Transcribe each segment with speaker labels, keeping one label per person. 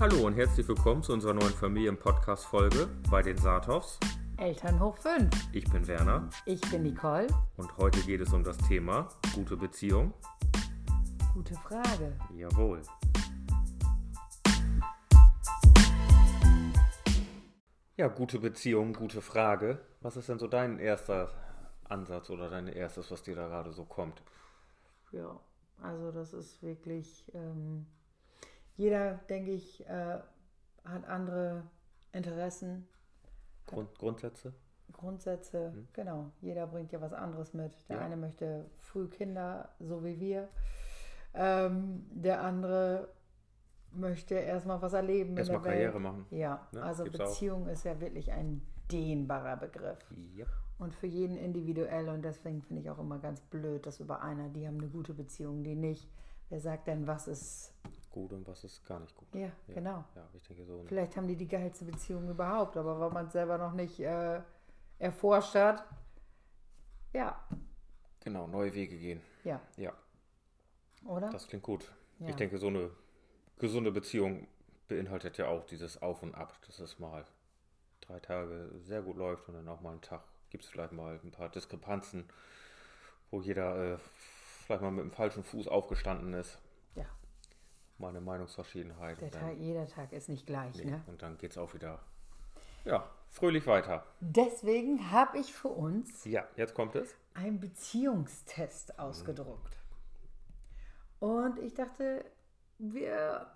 Speaker 1: Hallo und herzlich willkommen zu unserer neuen Familien-Podcast-Folge bei den Saathoffs.
Speaker 2: Elternhof 5.
Speaker 1: Ich bin Werner
Speaker 2: Ich bin Nicole.
Speaker 1: und heute geht es um das Thema gute Beziehung.
Speaker 2: Gute Frage.
Speaker 1: Jawohl. Ja, gute Beziehung, gute Frage. Was ist denn so dein erster Ansatz oder dein erstes, was dir da gerade so kommt?
Speaker 2: Ja, also das ist wirklich, ähm, jeder, denke ich, äh, hat andere Interessen,
Speaker 1: Grund, Grundsätze?
Speaker 2: Grundsätze. Genau, jeder bringt ja was anderes mit. Der
Speaker 1: Mhm. Ja.
Speaker 2: eine möchte früh Kinder, so wie wir. Ähm, der andere möchte erstmal was erleben. in
Speaker 1: Erstmal
Speaker 2: der
Speaker 1: Karriere
Speaker 2: Welt.
Speaker 1: machen.
Speaker 2: Ja,
Speaker 1: Ne?
Speaker 2: also
Speaker 1: Gibt's auch.
Speaker 2: Beziehung ist ja wirklich ein dehnbarer Begriff.
Speaker 1: Ja.
Speaker 2: Und für jeden individuell und deswegen finde ich auch immer ganz blöd, dass über einer, die haben eine gute Beziehung, die nicht. Wer sagt denn, was ist.
Speaker 1: Gut und was ist gar nicht gut?
Speaker 2: Ja, genau.
Speaker 1: Ja, aber ich denke so. ne?
Speaker 2: Vielleicht haben die die geilste Beziehung überhaupt, aber weil man es selber noch nicht äh, erforscht hat. Ja,
Speaker 1: Genau, neue Wege gehen.
Speaker 2: ja,
Speaker 1: Ja,
Speaker 2: oder?
Speaker 1: das klingt gut.
Speaker 2: Ja.
Speaker 1: Ich denke, so eine gesunde Beziehung beinhaltet ja auch dieses Auf und Ab, dass es mal drei Tage sehr gut läuft und dann auch mal einen Tag gibt es vielleicht mal ein paar Diskrepanzen, wo jeder äh, vielleicht mal mit dem falschen Fuß aufgestanden ist,
Speaker 2: ja,
Speaker 1: mal eine Meinungsverschiedenheit.
Speaker 2: der
Speaker 1: Und
Speaker 2: Tag,
Speaker 1: dann,
Speaker 2: jeder Tag ist nicht gleich.
Speaker 1: nee,
Speaker 2: Ne?
Speaker 1: und dann geht es auch wieder ja, fröhlich weiter.
Speaker 2: Deswegen habe ich für uns
Speaker 1: Ja, jetzt kommt es.
Speaker 2: einen Beziehungstest ausgedruckt. Und ich dachte, wir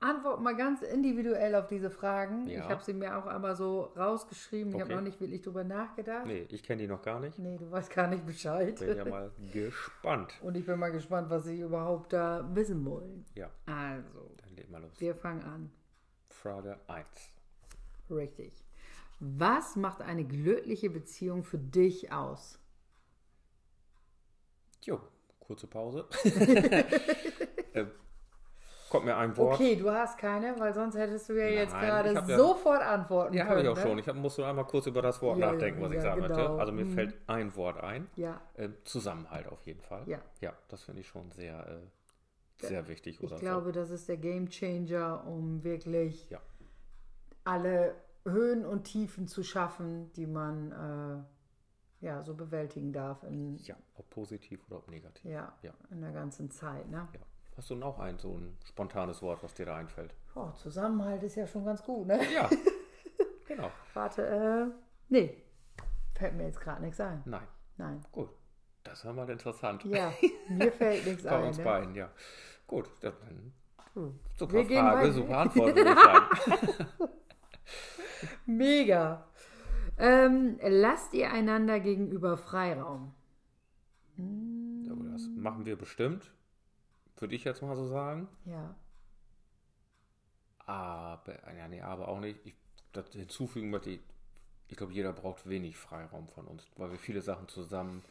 Speaker 2: antworten mal ganz individuell auf diese Fragen.
Speaker 1: Ja.
Speaker 2: Ich habe sie mir auch einmal so rausgeschrieben. Ich habe
Speaker 1: Okay.
Speaker 2: noch nicht wirklich drüber nachgedacht. Nee.
Speaker 1: Nee, ich kenne die noch gar nicht.
Speaker 2: du weißt gar nicht Bescheid.
Speaker 1: Bin ja mal gespannt.
Speaker 2: Und ich bin mal gespannt, was sie überhaupt da wissen wollen.
Speaker 1: Ja,
Speaker 2: Also,
Speaker 1: dann leg mal los.
Speaker 2: wir fangen an.
Speaker 1: Frage 1.
Speaker 2: Richtig. Was macht eine glückliche Beziehung für dich aus?
Speaker 1: Jo, kurze Pause. ähm, kommt mir ein Wort.
Speaker 2: Okay, du hast keine, weil sonst hättest du ja jetzt
Speaker 1: Nein, ich
Speaker 2: gerade
Speaker 1: hab ja-
Speaker 2: sofort antworten
Speaker 1: Ja, habe
Speaker 2: können.
Speaker 1: ich auch
Speaker 2: ne?
Speaker 1: schon. Ich hab, musste einmal kurz über das Wort
Speaker 2: Ja, ja,
Speaker 1: nachdenken, was ich
Speaker 2: ja,
Speaker 1: sagen
Speaker 2: genau.
Speaker 1: möchte. Also mir fällt ein Wort ein.
Speaker 2: Ja,
Speaker 1: Ähm, Zusammenhalt auf jeden Fall.
Speaker 2: Ja.
Speaker 1: Ja, das finde ich schon sehr, äh, sehr wichtig. Oder
Speaker 2: ich glaube, das ist der Game Changer, um wirklich
Speaker 1: Ja.
Speaker 2: alle Höhen und Tiefen zu schaffen, die man äh, ja so bewältigen darf in,
Speaker 1: so. Ja, ob positiv oder ob negativ.
Speaker 2: ja,
Speaker 1: Ja.
Speaker 2: in der ganzen Zeit. Ne?
Speaker 1: Ja. Hast du noch ein so ein spontanes Wort, was dir da einfällt?
Speaker 2: Oh, Zusammenhalt ist ja schon ganz gut, ne?
Speaker 1: Ja, genau.
Speaker 2: Warte, äh, nee, fällt mir jetzt gerade nichts ein.
Speaker 1: Nein,
Speaker 2: Nein.
Speaker 1: gut. Das war mal interessant.
Speaker 2: Ja, mir fällt nichts
Speaker 1: Bei
Speaker 2: ein.
Speaker 1: uns
Speaker 2: ne?
Speaker 1: beiden, ja. Gut, dann
Speaker 2: Hm.
Speaker 1: super
Speaker 2: Wir gehen
Speaker 1: Frage,
Speaker 2: weiter.
Speaker 1: super Antwort, würde ich sagen.
Speaker 2: Mega. Ähm, lasst ihr einander gegenüber Freiraum?
Speaker 1: Ja, aber das machen wir bestimmt, würde ich jetzt mal so sagen.
Speaker 2: Ja.
Speaker 1: Aber, ja, nee, aber auch nicht. Ich, das hinzufügen möchte ich, ich glaube, jeder braucht wenig Freiraum von uns, weil wir viele Sachen zusammen.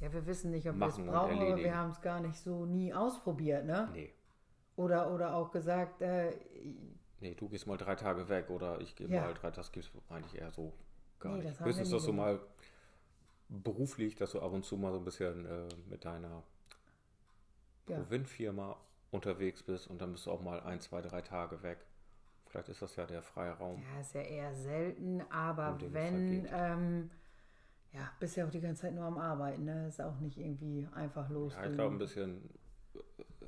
Speaker 2: Ja, wir wissen nicht, ob wir es
Speaker 1: Machen und
Speaker 2: brauchen, aber
Speaker 1: erledigen.
Speaker 2: wir haben es gar nicht so nie ausprobiert, ne?
Speaker 1: Nee,
Speaker 2: Oder, oder auch gesagt, äh,
Speaker 1: nee, du gehst mal drei Tage weg oder ich gehe
Speaker 2: Ja.
Speaker 1: mal drei, das gibt es eigentlich eher so gar
Speaker 2: Nee, das
Speaker 1: nicht.
Speaker 2: haben wir
Speaker 1: Höchstens,
Speaker 2: nie
Speaker 1: dass du mal beruflich, dass du ab und zu mal so ein bisschen äh, mit deiner
Speaker 2: Ja.
Speaker 1: Windfirma unterwegs bist und dann bist du auch mal ein, zwei, drei Tage weg. Vielleicht ist das ja der Freiraum.
Speaker 2: ja, ist ja eher selten, aber
Speaker 1: Um den es
Speaker 2: wenn,
Speaker 1: da geht.
Speaker 2: ähm, ja, bist ja auch die ganze Zeit nur am Arbeiten, ne? Ist auch nicht irgendwie einfach los.
Speaker 1: Ja, ich glaube, ein bisschen äh,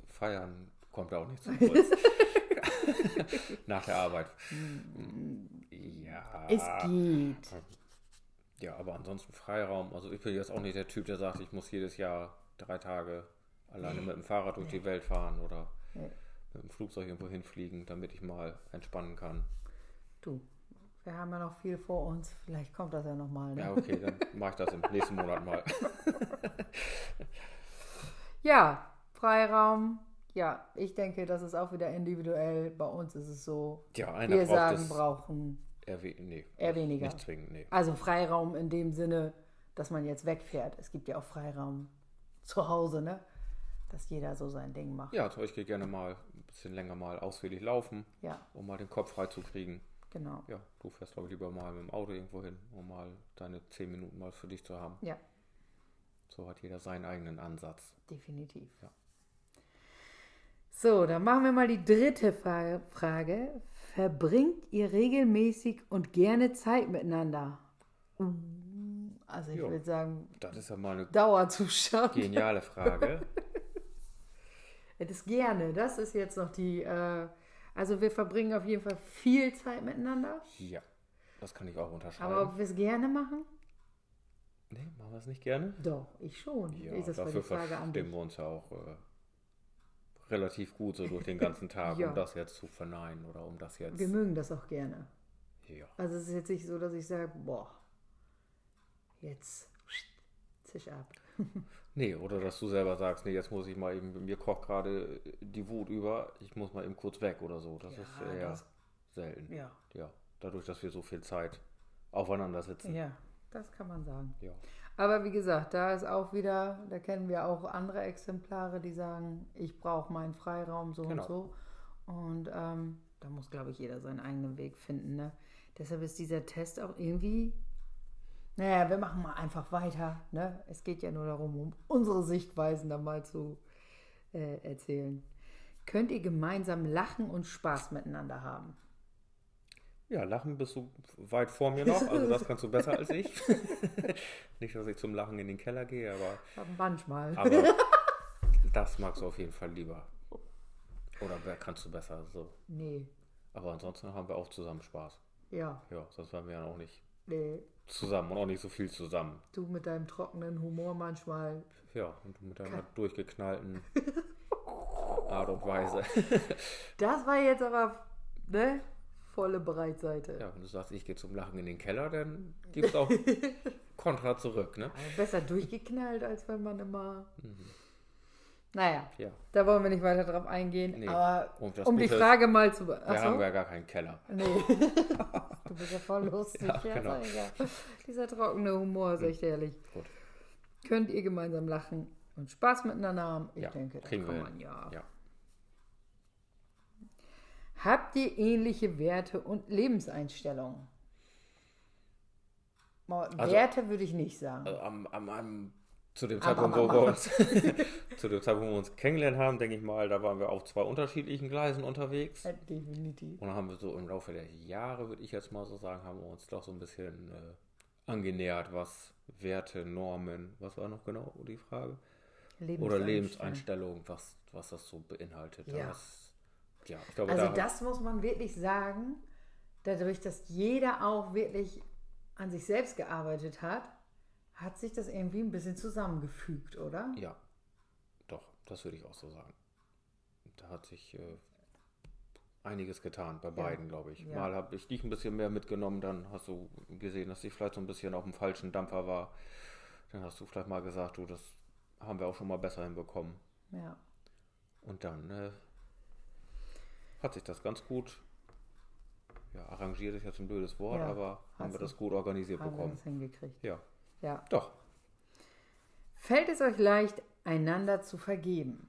Speaker 1: feiern kommt auch nicht zu kurz. Nach der Arbeit.
Speaker 2: Hm,
Speaker 1: Ja.
Speaker 2: es geht.
Speaker 1: Hm. Ja, aber ansonsten Freiraum. Also ich bin jetzt auch nicht der Typ, der sagt, ich muss jedes Jahr drei Tage alleine mit dem Fahrrad durch die Welt fahren oder
Speaker 2: Nee.
Speaker 1: mit dem Flugzeug irgendwo hinfliegen, damit ich mal entspannen kann.
Speaker 2: Du, wir haben ja noch viel vor uns. Vielleicht kommt das ja nochmal, ne?
Speaker 1: Ja, okay, dann mache ich das im nächsten Monat mal.
Speaker 2: Ja, Freiraum. Ja, ich denke, das ist auch wieder individuell. Bei uns ist es so,
Speaker 1: Ja, einer
Speaker 2: wir
Speaker 1: braucht
Speaker 2: sagen,
Speaker 1: es
Speaker 2: brauchen.
Speaker 1: eher, we nee,
Speaker 2: eher weniger.
Speaker 1: Nicht zwingend, nee.
Speaker 2: Also Freiraum in dem Sinne, dass man jetzt wegfährt. Es gibt ja auch Freiraum zu Hause, ne? Dass jeder so sein Ding macht.
Speaker 1: Ja, also ich gehe gerne mal ein bisschen länger mal ausführlich laufen,
Speaker 2: Ja,
Speaker 1: um mal den Kopf freizukriegen.
Speaker 2: genau.
Speaker 1: Ja, du fährst, glaube ich, lieber mal mit dem Auto irgendwo hin, um mal deine 10 Minuten mal für dich zu haben.
Speaker 2: Ja,
Speaker 1: So hat jeder seinen eigenen Ansatz.
Speaker 2: definitiv.
Speaker 1: Ja.
Speaker 2: So, dann machen wir mal die dritte Fra- Frage. Verbringt ihr regelmäßig und gerne Zeit miteinander? Uh, Also ich
Speaker 1: Jo.
Speaker 2: würde sagen,
Speaker 1: Das ist ja mal eine
Speaker 2: Dauerzustand.
Speaker 1: geniale Frage.
Speaker 2: Das gerne, das ist jetzt noch die. Äh, also wir verbringen auf jeden Fall viel Zeit miteinander.
Speaker 1: Ja, das kann ich auch unterschreiben.
Speaker 2: Aber ob wir es gerne machen?
Speaker 1: nee, machen wir es nicht gerne?
Speaker 2: Doch, ich schon.
Speaker 1: Ja,
Speaker 2: ist das war die
Speaker 1: dafür
Speaker 2: Frage an dich.
Speaker 1: verstehen wir uns ja auch äh, relativ gut so durch den ganzen Tag,
Speaker 2: Ja.
Speaker 1: um das jetzt zu verneinen oder um das jetzt.
Speaker 2: Wir mögen das auch gerne.
Speaker 1: Ja.
Speaker 2: Also es ist jetzt nicht so, dass ich sage, boah, jetzt zisch ab.
Speaker 1: Nee, oder dass du selber sagst, nee, jetzt muss ich mal eben, mir kocht gerade die Wut über, ich muss mal eben kurz weg oder so. Das
Speaker 2: Ja,
Speaker 1: ist eher
Speaker 2: das-
Speaker 1: selten.
Speaker 2: Ja.
Speaker 1: ja. Dadurch, dass wir so viel Zeit aufeinander sitzen.
Speaker 2: Ja, das kann man sagen.
Speaker 1: Ja.
Speaker 2: Aber wie gesagt, da ist auch wieder, da kennen wir auch andere Exemplare, die sagen, ich brauche meinen Freiraum so
Speaker 1: Genau.
Speaker 2: und so. Und ähm, da muss, glaube ich, jeder seinen eigenen Weg finden. Ne? Deshalb ist dieser Test auch irgendwie, naja, wir machen mal einfach weiter. Ne? Es geht ja nur darum, um unsere Sichtweisen da mal zu äh, erzählen. Könnt ihr gemeinsam lachen und Spaß miteinander haben?
Speaker 1: Ja, lachen bist du weit vor mir noch, also das kannst du besser als ich. Nicht, dass ich zum Lachen in den Keller gehe, aber,
Speaker 2: Manchmal.
Speaker 1: aber das magst du auf jeden Fall lieber. Oder wer kannst du besser so.
Speaker 2: nee,
Speaker 1: Aber ansonsten haben wir auch zusammen Spaß.
Speaker 2: ja,
Speaker 1: Ja, sonst wären wir ja auch nicht
Speaker 2: nee.
Speaker 1: zusammen und auch nicht so viel zusammen.
Speaker 2: Du mit deinem trockenen Humor manchmal.
Speaker 1: Ja, und mit deiner durchgeknallten Art und Weise.
Speaker 2: Das war jetzt aber, ne? Volle Breitseite.
Speaker 1: Ja, wenn du sagst, ich gehe zum Lachen in den Keller, dann gibst du auch Kontra zurück, ne?
Speaker 2: Aber Besser durchgeknallt, als wenn man immer.
Speaker 1: Mhm.
Speaker 2: Naja,
Speaker 1: Ja.
Speaker 2: da wollen wir nicht weiter drauf eingehen.
Speaker 1: Nee.
Speaker 2: Aber
Speaker 1: Und das
Speaker 2: um die
Speaker 1: Gute ist,
Speaker 2: Frage mal zu
Speaker 1: Wir haben
Speaker 2: beantworten.
Speaker 1: ja gar keinen Keller.
Speaker 2: Nee. du bist ja voll lustig. Ja,
Speaker 1: Ja, genau. Mhm.
Speaker 2: sag ich ja. Dieser trockene Humor, sag ich dir ehrlich.
Speaker 1: Gut.
Speaker 2: Könnt ihr gemeinsam lachen und Spaß miteinander haben? Ich
Speaker 1: Ja,
Speaker 2: denke, das
Speaker 1: kriegen
Speaker 2: kann
Speaker 1: wir
Speaker 2: man
Speaker 1: hin.
Speaker 2: ja.
Speaker 1: Ja.
Speaker 2: Habt ihr ähnliche Werte und Lebenseinstellungen? Ma-
Speaker 1: Also-
Speaker 2: Werte würde ich nicht sagen.
Speaker 1: Also am, am, am, zu dem
Speaker 2: Aber
Speaker 1: Zeitpunkt,
Speaker 2: man
Speaker 1: wo wir uns, zu dem Zeitpunkt, wo wir uns kennengelernt haben, denke ich mal, da waren wir auf zwei unterschiedlichen Gleisen unterwegs.
Speaker 2: Äh, Definitiv.
Speaker 1: Und dann haben wir so im Laufe der Jahre, würde ich jetzt mal so sagen, haben wir uns doch so ein bisschen äh, angenähert, was Werte, Normen, was war noch genau die Frage? Oder Lebenseinstellung, was, was das so beinhaltet.
Speaker 2: Ja.
Speaker 1: Das, ja, ich glaube,
Speaker 2: Also
Speaker 1: da,
Speaker 2: das muss man wirklich sagen, dadurch, dass jeder auch wirklich an sich selbst gearbeitet hat, hat sich das irgendwie ein bisschen zusammengefügt, oder?
Speaker 1: ja, doch, das würde ich auch so sagen. Da hat sich äh, einiges getan bei beiden, glaube ich.
Speaker 2: Ja.
Speaker 1: Mal habe ich dich ein bisschen mehr mitgenommen, dann hast du gesehen, dass ich vielleicht so ein bisschen auf dem falschen Dampfer war. Dann hast du vielleicht mal gesagt, du, das haben wir auch schon mal besser hinbekommen.
Speaker 2: Ja.
Speaker 1: Und dann äh, hat sich das ganz gut, ja, arrangiert ist jetzt ein blödes Wort,
Speaker 2: Ja,
Speaker 1: aber
Speaker 2: hat
Speaker 1: haben wir
Speaker 2: sich-
Speaker 1: das gut organisiert
Speaker 2: Haben wir
Speaker 1: bekommen.
Speaker 2: das hingekriegt.
Speaker 1: Ja,
Speaker 2: Ja.
Speaker 1: doch.
Speaker 2: Fällt es euch leicht, einander zu vergeben?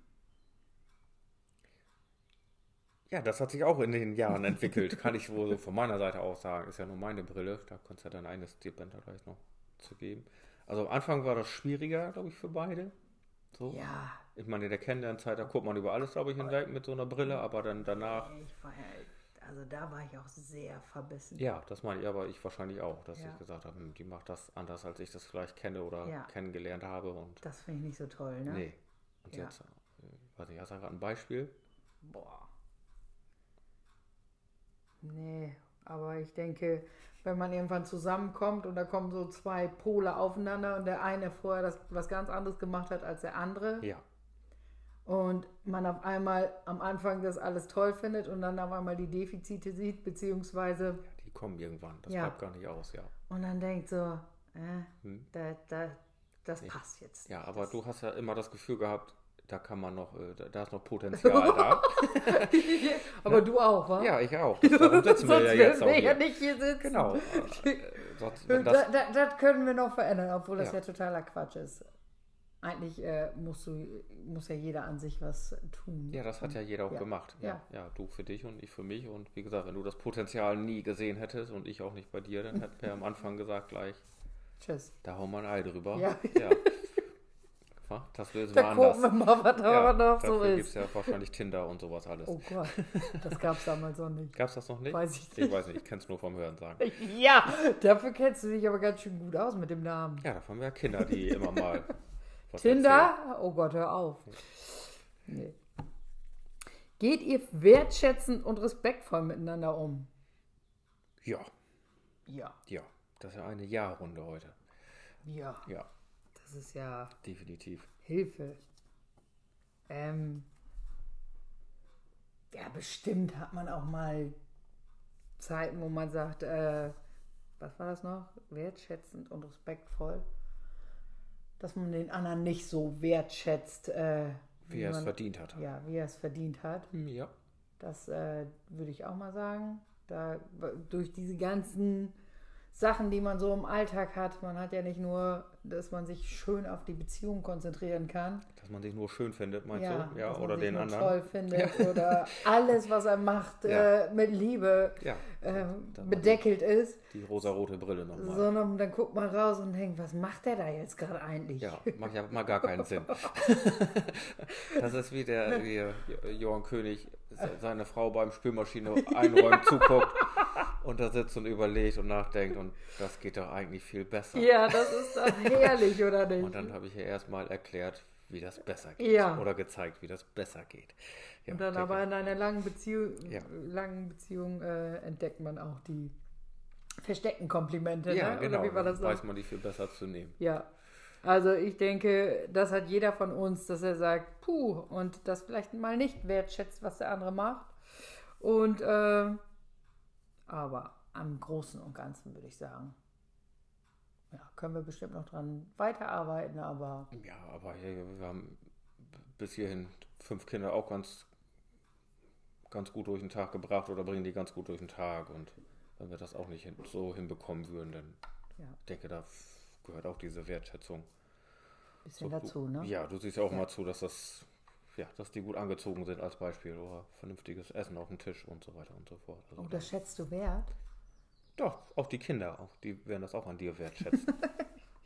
Speaker 1: Ja, das hat sich auch in den Jahren entwickelt, kann ich wohl so von meiner Seite aus sagen. Ist ja nur meine Brille, da kannst du ja dein eigenes Stipend da gleich noch zu geben. Also am Anfang war das schwieriger, glaube ich, für beide. So.
Speaker 2: Ja.
Speaker 1: Ich meine, in der Kennenlernzeit, da guckt man über alles, glaube ich, hinweg mit so einer Brille, aber dann danach,
Speaker 2: Ich war ja, also da war ich auch sehr verbissen.
Speaker 1: ja, das meine ich aber ich wahrscheinlich auch, dass
Speaker 2: Ja.
Speaker 1: ich gesagt habe, hm, die macht das anders, als ich das vielleicht kenne oder
Speaker 2: Ja.
Speaker 1: kennengelernt habe und
Speaker 2: Das finde ich nicht so toll, ne?
Speaker 1: nee. Und
Speaker 2: Ja.
Speaker 1: jetzt, äh, weiß nicht, hast du gerade ein Beispiel?
Speaker 2: Boah. Nee, aber ich denke, wenn man irgendwann zusammenkommt und da kommen so zwei Pole aufeinander und der eine vorher das, was ganz anderes gemacht hat als der andere
Speaker 1: Ja,
Speaker 2: und man auf einmal am Anfang das alles toll findet und dann auf einmal die Defizite sieht, beziehungsweise
Speaker 1: die kommen irgendwann, das
Speaker 2: Ja.
Speaker 1: bleibt gar nicht aus, ja.
Speaker 2: und dann denkt so, äh, da, da, das passt jetzt.
Speaker 1: Hm. Ja, aber du hast ja immer das Gefühl gehabt, da kann man noch, äh, da, da ist noch Potenzial da.
Speaker 2: Aber du auch, wa?
Speaker 1: Ja, ich auch. Darum sitzen wir ja jetzt auch
Speaker 2: würden wir ja
Speaker 1: hier.
Speaker 2: nicht hier sitzen.
Speaker 1: Genau. Äh, äh, sonst, wenn
Speaker 2: Das,
Speaker 1: das,
Speaker 2: da, da, das können wir noch verändern, obwohl das
Speaker 1: Ja.
Speaker 2: ja, totaler Quatsch ist. Eigentlich äh, musst du, muss ja jeder an sich was tun.
Speaker 1: ja, das hat ja jeder auch
Speaker 2: Ja.
Speaker 1: gemacht.
Speaker 2: Ja.
Speaker 1: Ja. ja, du für dich und ich für mich. Und wie gesagt, wenn du das Potenzial nie gesehen hättest und ich auch nicht bei dir, dann hätten wir am Anfang gesagt gleich,
Speaker 2: Tschüss.
Speaker 1: da hauen wir ein Ei drüber.
Speaker 2: Ja.
Speaker 1: ja. wa? Das lösen wir
Speaker 2: Da gucken wir
Speaker 1: anders.
Speaker 2: mal, was da
Speaker 1: Ja,
Speaker 2: noch so
Speaker 1: dafür gibt es
Speaker 2: ist.
Speaker 1: ja wahrscheinlich Tinder und sowas alles.
Speaker 2: Oh Gott, das gab es damals noch nicht.
Speaker 1: Gab's das noch nicht?
Speaker 2: Weiß ich
Speaker 1: Ich
Speaker 2: nicht.
Speaker 1: weiß nicht, ich kenn's nur vom Hören sagen.
Speaker 2: Ja, dafür kennst du dich aber ganz schön gut aus mit dem Namen.
Speaker 1: Ja, davon haben wir ja Kinder, die immer mal. was
Speaker 2: Tinder? Oh Gott, hör auf. Nee. Geht ihr wertschätzend und respektvoll miteinander um?
Speaker 1: Erzählen. Ja,
Speaker 2: Ja,
Speaker 1: ja. Das ist ja eine Ja-Runde heute.
Speaker 2: ja.
Speaker 1: Ja,
Speaker 2: Das ist ja
Speaker 1: definitiv.
Speaker 2: Hilfe. Ähm, ja, bestimmt hat man auch mal Zeiten, wo man sagt, äh, was war das noch? Wertschätzend und respektvoll. Dass man den anderen nicht so wertschätzt, äh,
Speaker 1: Wie er es
Speaker 2: man,
Speaker 1: verdient hat.
Speaker 2: ja, wie er es verdient hat.
Speaker 1: Hm, ja.
Speaker 2: Das äh, würde ich auch mal sagen. Da, durch diese ganzen Sachen, die man so im Alltag hat, man hat ja nicht nur, dass man sich schön auf die Beziehung konzentrieren kann.
Speaker 1: Dass man sich nur schön findet, meinst du? Ja,
Speaker 2: dass man
Speaker 1: oder
Speaker 2: sich
Speaker 1: den
Speaker 2: nur
Speaker 1: anderen.
Speaker 2: toll findet oder alles, was er macht,
Speaker 1: Ja.
Speaker 2: äh, mit Liebe
Speaker 1: Ja,
Speaker 2: äh,
Speaker 1: man
Speaker 2: bedeckelt ist,
Speaker 1: die rosarote Brille nochmal.
Speaker 2: sondern dann guckt man raus und denkt, was macht der da jetzt gerade eigentlich?
Speaker 1: Ja, macht ja mal gar keinen Sinn. Das ist wie der wie Johann König se- seine Frau beim Spülmaschine einräumen zuguckt und da sitzt und überlegt und nachdenkt und das geht doch eigentlich viel besser.
Speaker 2: Ja, das ist doch herrlich, oder nicht?
Speaker 1: Und dann habe ich ja erstmal erklärt, wie das besser geht.
Speaker 2: Mhm. Ja.
Speaker 1: Oder gezeigt, wie das besser geht. Ja,
Speaker 2: Und dann
Speaker 1: denke,
Speaker 2: aber in einer langen Beziehung,
Speaker 1: Ja.
Speaker 2: langen Beziehung äh, entdeckt man auch die versteckten Komplimente.
Speaker 1: ja,
Speaker 2: ne?
Speaker 1: genau,
Speaker 2: Oder wie war das
Speaker 1: dann weiß
Speaker 2: noch?
Speaker 1: man die viel besser zu nehmen.
Speaker 2: Ja. Also ich denke, das hat jeder von uns, dass er sagt, puh, und das vielleicht mal nicht wertschätzt, was der andere macht. Und äh, aber am Großen und Ganzen würde ich sagen. Ja, können wir bestimmt noch dran weiterarbeiten, aber
Speaker 1: Ja, aber hier, wir haben bis hierhin fünf Kinder auch ganz, ganz gut durch den Tag gebracht oder bringen die ganz gut durch den Tag. Und wenn wir das auch nicht hin, so hinbekommen würden, dann
Speaker 2: ja,
Speaker 1: denke da f- gehört auch diese Wertschätzung.
Speaker 2: ein bisschen
Speaker 1: So,
Speaker 2: dazu,
Speaker 1: du,
Speaker 2: ne?
Speaker 1: Ja, du siehst ja auch mal zu, dass das, ja, dass die gut angezogen sind als Beispiel oder vernünftiges Essen auf dem Tisch und so weiter und so fort. Also,
Speaker 2: Oh, das schätzt du wert?
Speaker 1: doch, auch die Kinder, auch die werden das auch an dir wertschätzen.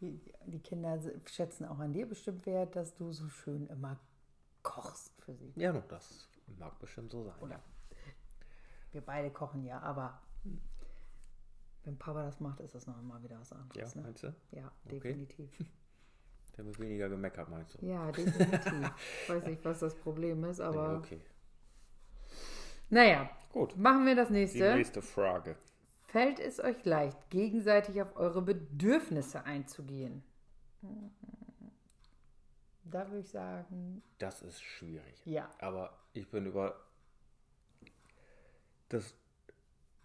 Speaker 2: Die, die Kinder schätzen auch an dir bestimmt wert, dass du so schön immer kochst für sie.
Speaker 1: ja, nun, das mag bestimmt so sein.
Speaker 2: Oder wir beide kochen ja, aber wenn Papa das macht, ist das noch mal wieder was
Speaker 1: Ja,
Speaker 2: anderes. ne?
Speaker 1: meinst du?
Speaker 2: ja definitiv.
Speaker 1: Der wird weniger gemeckert, meinst du?
Speaker 2: Ja, definitiv. Ich weiß nicht, was das Problem ist, aber
Speaker 1: Nee, okay.
Speaker 2: naja,
Speaker 1: Gut.
Speaker 2: machen wir das
Speaker 1: Die
Speaker 2: nächste.
Speaker 1: nächste Frage.
Speaker 2: Fällt es euch leicht, gegenseitig auf eure Bedürfnisse einzugehen? Mhm. Da würde ich sagen,
Speaker 1: Das ist schwierig.
Speaker 2: Ja.
Speaker 1: Aber ich bin über das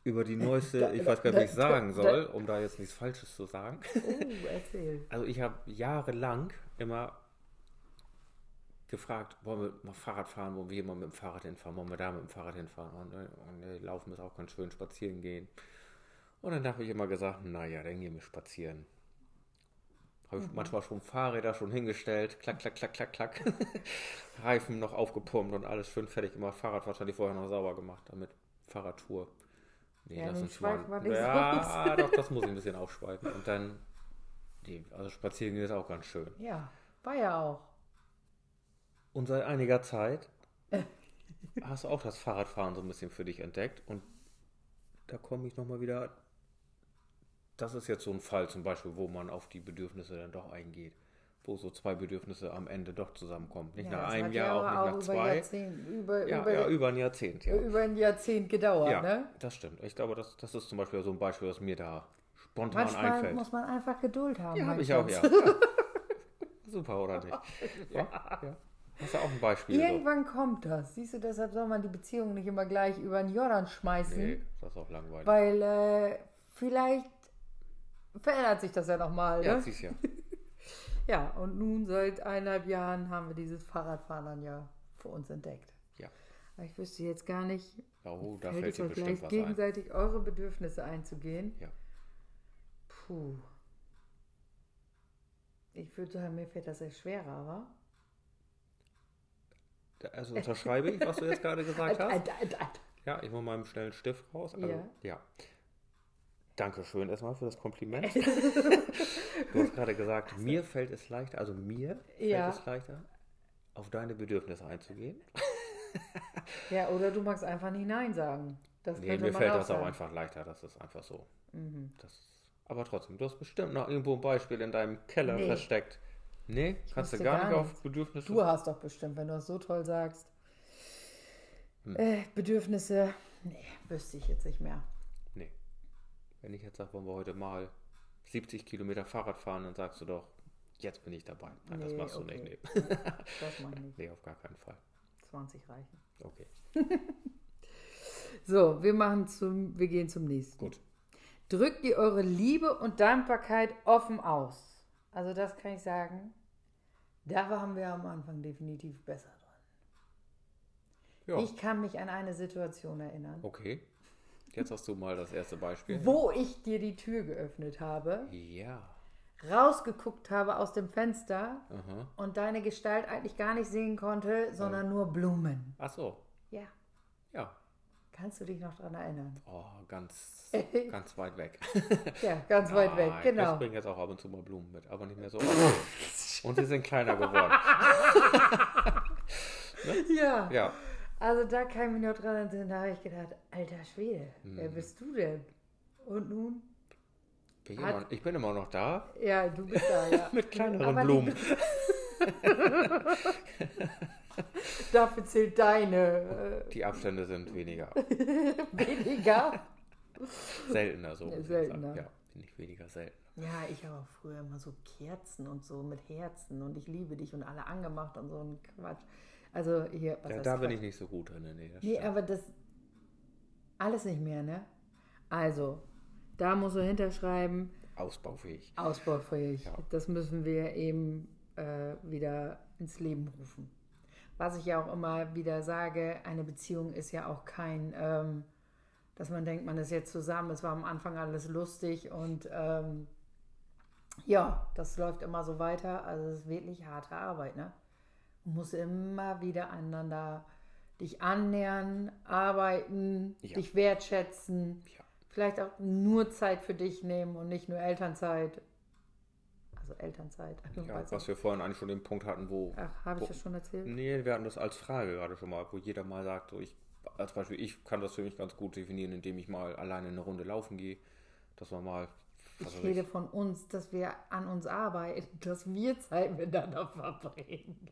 Speaker 1: über die neueste, ich weiß gar nicht, was ich sagen soll, um da jetzt nichts Falsches zu sagen.
Speaker 2: oh, erzähl.
Speaker 1: Also ich habe jahrelang immer gefragt, wollen wir mal Fahrrad fahren, wollen wir hier mal mit dem Fahrrad hinfahren, wollen wir da mit dem Fahrrad hinfahren und, äh, und äh, laufen ist auch ganz schön, spazieren gehen. Und dann habe ich immer gesagt, naja, dann gehen wir spazieren. Habe ich
Speaker 2: Mhm.
Speaker 1: manchmal schon Fahrräder schon hingestellt, klack, klack, klack, klack, klack. Reifen noch aufgepumpt und alles schön fertig gemacht. Fahrrad wahrscheinlich vorher noch sauber gemacht, damit Fahrradtour. Nee,
Speaker 2: Ja,
Speaker 1: lass
Speaker 2: nun
Speaker 1: uns mal.
Speaker 2: schweif mal nicht
Speaker 1: Ja, doch, das muss ich ein bisschen aufschweifen. Und dann, nee, also spazieren gehen ist auch ganz schön.
Speaker 2: Ja, war ja auch.
Speaker 1: Und seit einiger Zeit
Speaker 2: Äh.
Speaker 1: hast du auch das Fahrradfahren so ein bisschen für dich entdeckt. Und da komme ich nochmal wieder. Das ist jetzt so ein Fall zum Beispiel, wo man auf die Bedürfnisse dann doch eingeht. Wo so zwei Bedürfnisse am Ende doch zusammenkommen. Nicht nach
Speaker 2: das
Speaker 1: einem
Speaker 2: hat ja
Speaker 1: Jahr, auch nicht nach
Speaker 2: über,
Speaker 1: zwei.
Speaker 2: Jahrzehnt, über,
Speaker 1: Ja,
Speaker 2: über,
Speaker 1: ja, über ein Jahrzehnt, ja.
Speaker 2: über ein Jahrzehnt gedauert.
Speaker 1: ja,
Speaker 2: Ne?
Speaker 1: das stimmt. Ich glaube, das, das ist zum Beispiel so ein Beispiel, was mir da spontan
Speaker 2: Manchmal
Speaker 1: einfällt.
Speaker 2: muss man halt einfach Geduld haben.
Speaker 1: Ja,
Speaker 2: mein
Speaker 1: habe ich auch,
Speaker 2: Schatz.
Speaker 1: ja. ja. Super, oder nicht? Ja, ja. Hast du auch ein Beispiel? so?
Speaker 2: Irgendwann kommt das. Siehst du, deshalb soll man die Beziehung nicht immer gleich über den Jordan schmeißen,
Speaker 1: Nee, das ist auch langweilig.
Speaker 2: Hm? weil äh, vielleicht verändert sich das ja nochmal.
Speaker 1: ja,
Speaker 2: Ne?
Speaker 1: siehst ja.
Speaker 2: Ja, und nun seit eineinhalb Jahren haben wir dieses Fahrradfahren dann ja für uns entdeckt.
Speaker 1: Ja.
Speaker 2: Aber Ich wüsste jetzt gar nicht,
Speaker 1: Oh, da
Speaker 2: fällt
Speaker 1: fällt
Speaker 2: es
Speaker 1: dir
Speaker 2: euch
Speaker 1: bestimmt was
Speaker 2: leicht,
Speaker 1: ein.
Speaker 2: gegenseitig eure Bedürfnisse einzugehen.
Speaker 1: Ja.
Speaker 2: Puh. Ich würde sagen, mir fällt das sehr schwerer, aber.
Speaker 1: Also unterschreibe ich, was du jetzt gerade gesagt
Speaker 2: Alt,
Speaker 1: hast.
Speaker 2: alt, alt, alt.
Speaker 1: Ja, ich mache meinen schnellen Stift raus. Also,
Speaker 2: Ja.
Speaker 1: ja. Dankeschön erstmal für das Kompliment. Du hast gerade gesagt, mir fällt es leichter, also mir
Speaker 2: Ja.
Speaker 1: fällt es leichter, auf deine Bedürfnisse einzugehen.
Speaker 2: Ja, oder du magst einfach nicht Nein sagen. Das
Speaker 1: Nee,
Speaker 2: könnte
Speaker 1: mir
Speaker 2: man
Speaker 1: fällt
Speaker 2: auch
Speaker 1: das auch
Speaker 2: sagen. Mhm.
Speaker 1: einfach leichter, das ist einfach so. Das, aber trotzdem, du hast bestimmt noch irgendwo ein Beispiel in deinem Keller
Speaker 2: Nee.
Speaker 1: versteckt. Nee, kannst du
Speaker 2: wusste
Speaker 1: gar,
Speaker 2: gar
Speaker 1: nicht auf
Speaker 2: nichts.
Speaker 1: Bedürfnisse.
Speaker 2: Du hast doch bestimmt, wenn du das so toll sagst.
Speaker 1: Hm.
Speaker 2: Äh, Bedürfnisse, nee, wüsste ich jetzt nicht mehr.
Speaker 1: Nee. Wenn ich jetzt sage, wollen wir heute mal 70 Kilometer Fahrrad fahren, dann sagst du doch, jetzt bin ich dabei. Nein, das
Speaker 2: Nee,
Speaker 1: machst du
Speaker 2: okay.
Speaker 1: nicht. Nee.
Speaker 2: Das mache ich nicht.
Speaker 1: nee, auf gar keinen Fall.
Speaker 2: 20 reichen.
Speaker 1: Okay.
Speaker 2: So, wir machen zum, wir gehen zum nächsten.
Speaker 1: Gut.
Speaker 2: Drückt ihr eure Liebe und Dankbarkeit offen aus. Also das kann ich sagen. Da waren wir am Anfang definitiv besser dran.
Speaker 1: Ja.
Speaker 2: Ich kann mich an eine Situation erinnern,
Speaker 1: Okay. Jetzt hast du mal das erste Beispiel.
Speaker 2: wo ich dir die Tür geöffnet habe,
Speaker 1: Ja.
Speaker 2: rausgeguckt habe aus dem Fenster
Speaker 1: Aha.
Speaker 2: und deine Gestalt eigentlich gar nicht sehen konnte, sondern nur Blumen.
Speaker 1: Ach so.
Speaker 2: Ja,
Speaker 1: Ja.
Speaker 2: kannst du dich noch daran erinnern?
Speaker 1: Oh, ganz, ganz weit weg.
Speaker 2: Ja, ganz weit weg,
Speaker 1: Nein,
Speaker 2: genau.
Speaker 1: Ich bringe jetzt auch ab und zu mal Blumen mit, aber nicht mehr so. und sie sind kleiner geworden.
Speaker 2: Ja.
Speaker 1: Ja.
Speaker 2: Also da kann ich mich noch dran erinnern, da habe ich gedacht, alter Schwede,
Speaker 1: Mhm.
Speaker 2: wer bist du denn? Und nun?
Speaker 1: Bin ich, immer, ich bin immer noch da.
Speaker 2: Ja, du bist da, ja.
Speaker 1: Mit kleineren
Speaker 2: Aber die-
Speaker 1: Blumen.
Speaker 2: Dafür zählt deine
Speaker 1: Die Abstände sind weniger.
Speaker 2: äh, weniger.
Speaker 1: Seltener so.
Speaker 2: Ja,
Speaker 1: muss ich sagen.
Speaker 2: seltener.
Speaker 1: Ja, bin ich weniger selten.
Speaker 2: Ja, ich habe auch früher immer so Kerzen und so mit Herzen und ich liebe dich und alle angemacht und so ein Quatsch. Also hier, was
Speaker 1: Ja,
Speaker 2: heißt
Speaker 1: da bin
Speaker 2: Quatsch?
Speaker 1: ich nicht so gut drin. Nee, das
Speaker 2: Nee,
Speaker 1: stimmt.
Speaker 2: aber das alles nicht mehr, ne? Also, da musst du hinterschreiben,
Speaker 1: Ausbaufähig.
Speaker 2: ausbaufähig.
Speaker 1: Ja.
Speaker 2: Das müssen wir eben äh, wieder ins Leben rufen. Was ich ja auch immer wieder sage, eine Beziehung ist ja auch kein, ähm, dass man denkt, man ist jetzt zusammen, es war am Anfang alles lustig und ähm, ja, das läuft immer so weiter. Also es ist wirklich harte Arbeit, ne? Du musst immer wieder aneinander dich annähern, arbeiten,
Speaker 1: Ja.
Speaker 2: dich wertschätzen
Speaker 1: Ja.
Speaker 2: vielleicht auch nur Zeit für dich nehmen und nicht nur Elternzeit. Also Elternzeit.
Speaker 1: Ja, was wir vorhin eigentlich schon den Punkt hatten, wo.
Speaker 2: Ach, habe
Speaker 1: wo, Hm,
Speaker 2: ich das schon erzählt?
Speaker 1: Nee, wir hatten das als Frage gerade schon mal, wo jeder mal sagt, so ich, als Beispiel, ich kann das für mich ganz gut definieren, indem ich mal alleine eine Runde laufen gehe, dass man mal. was
Speaker 2: Ich
Speaker 1: weiß
Speaker 2: rede von uns, dass wir an uns arbeiten, dass wir Zeit miteinander verbringen.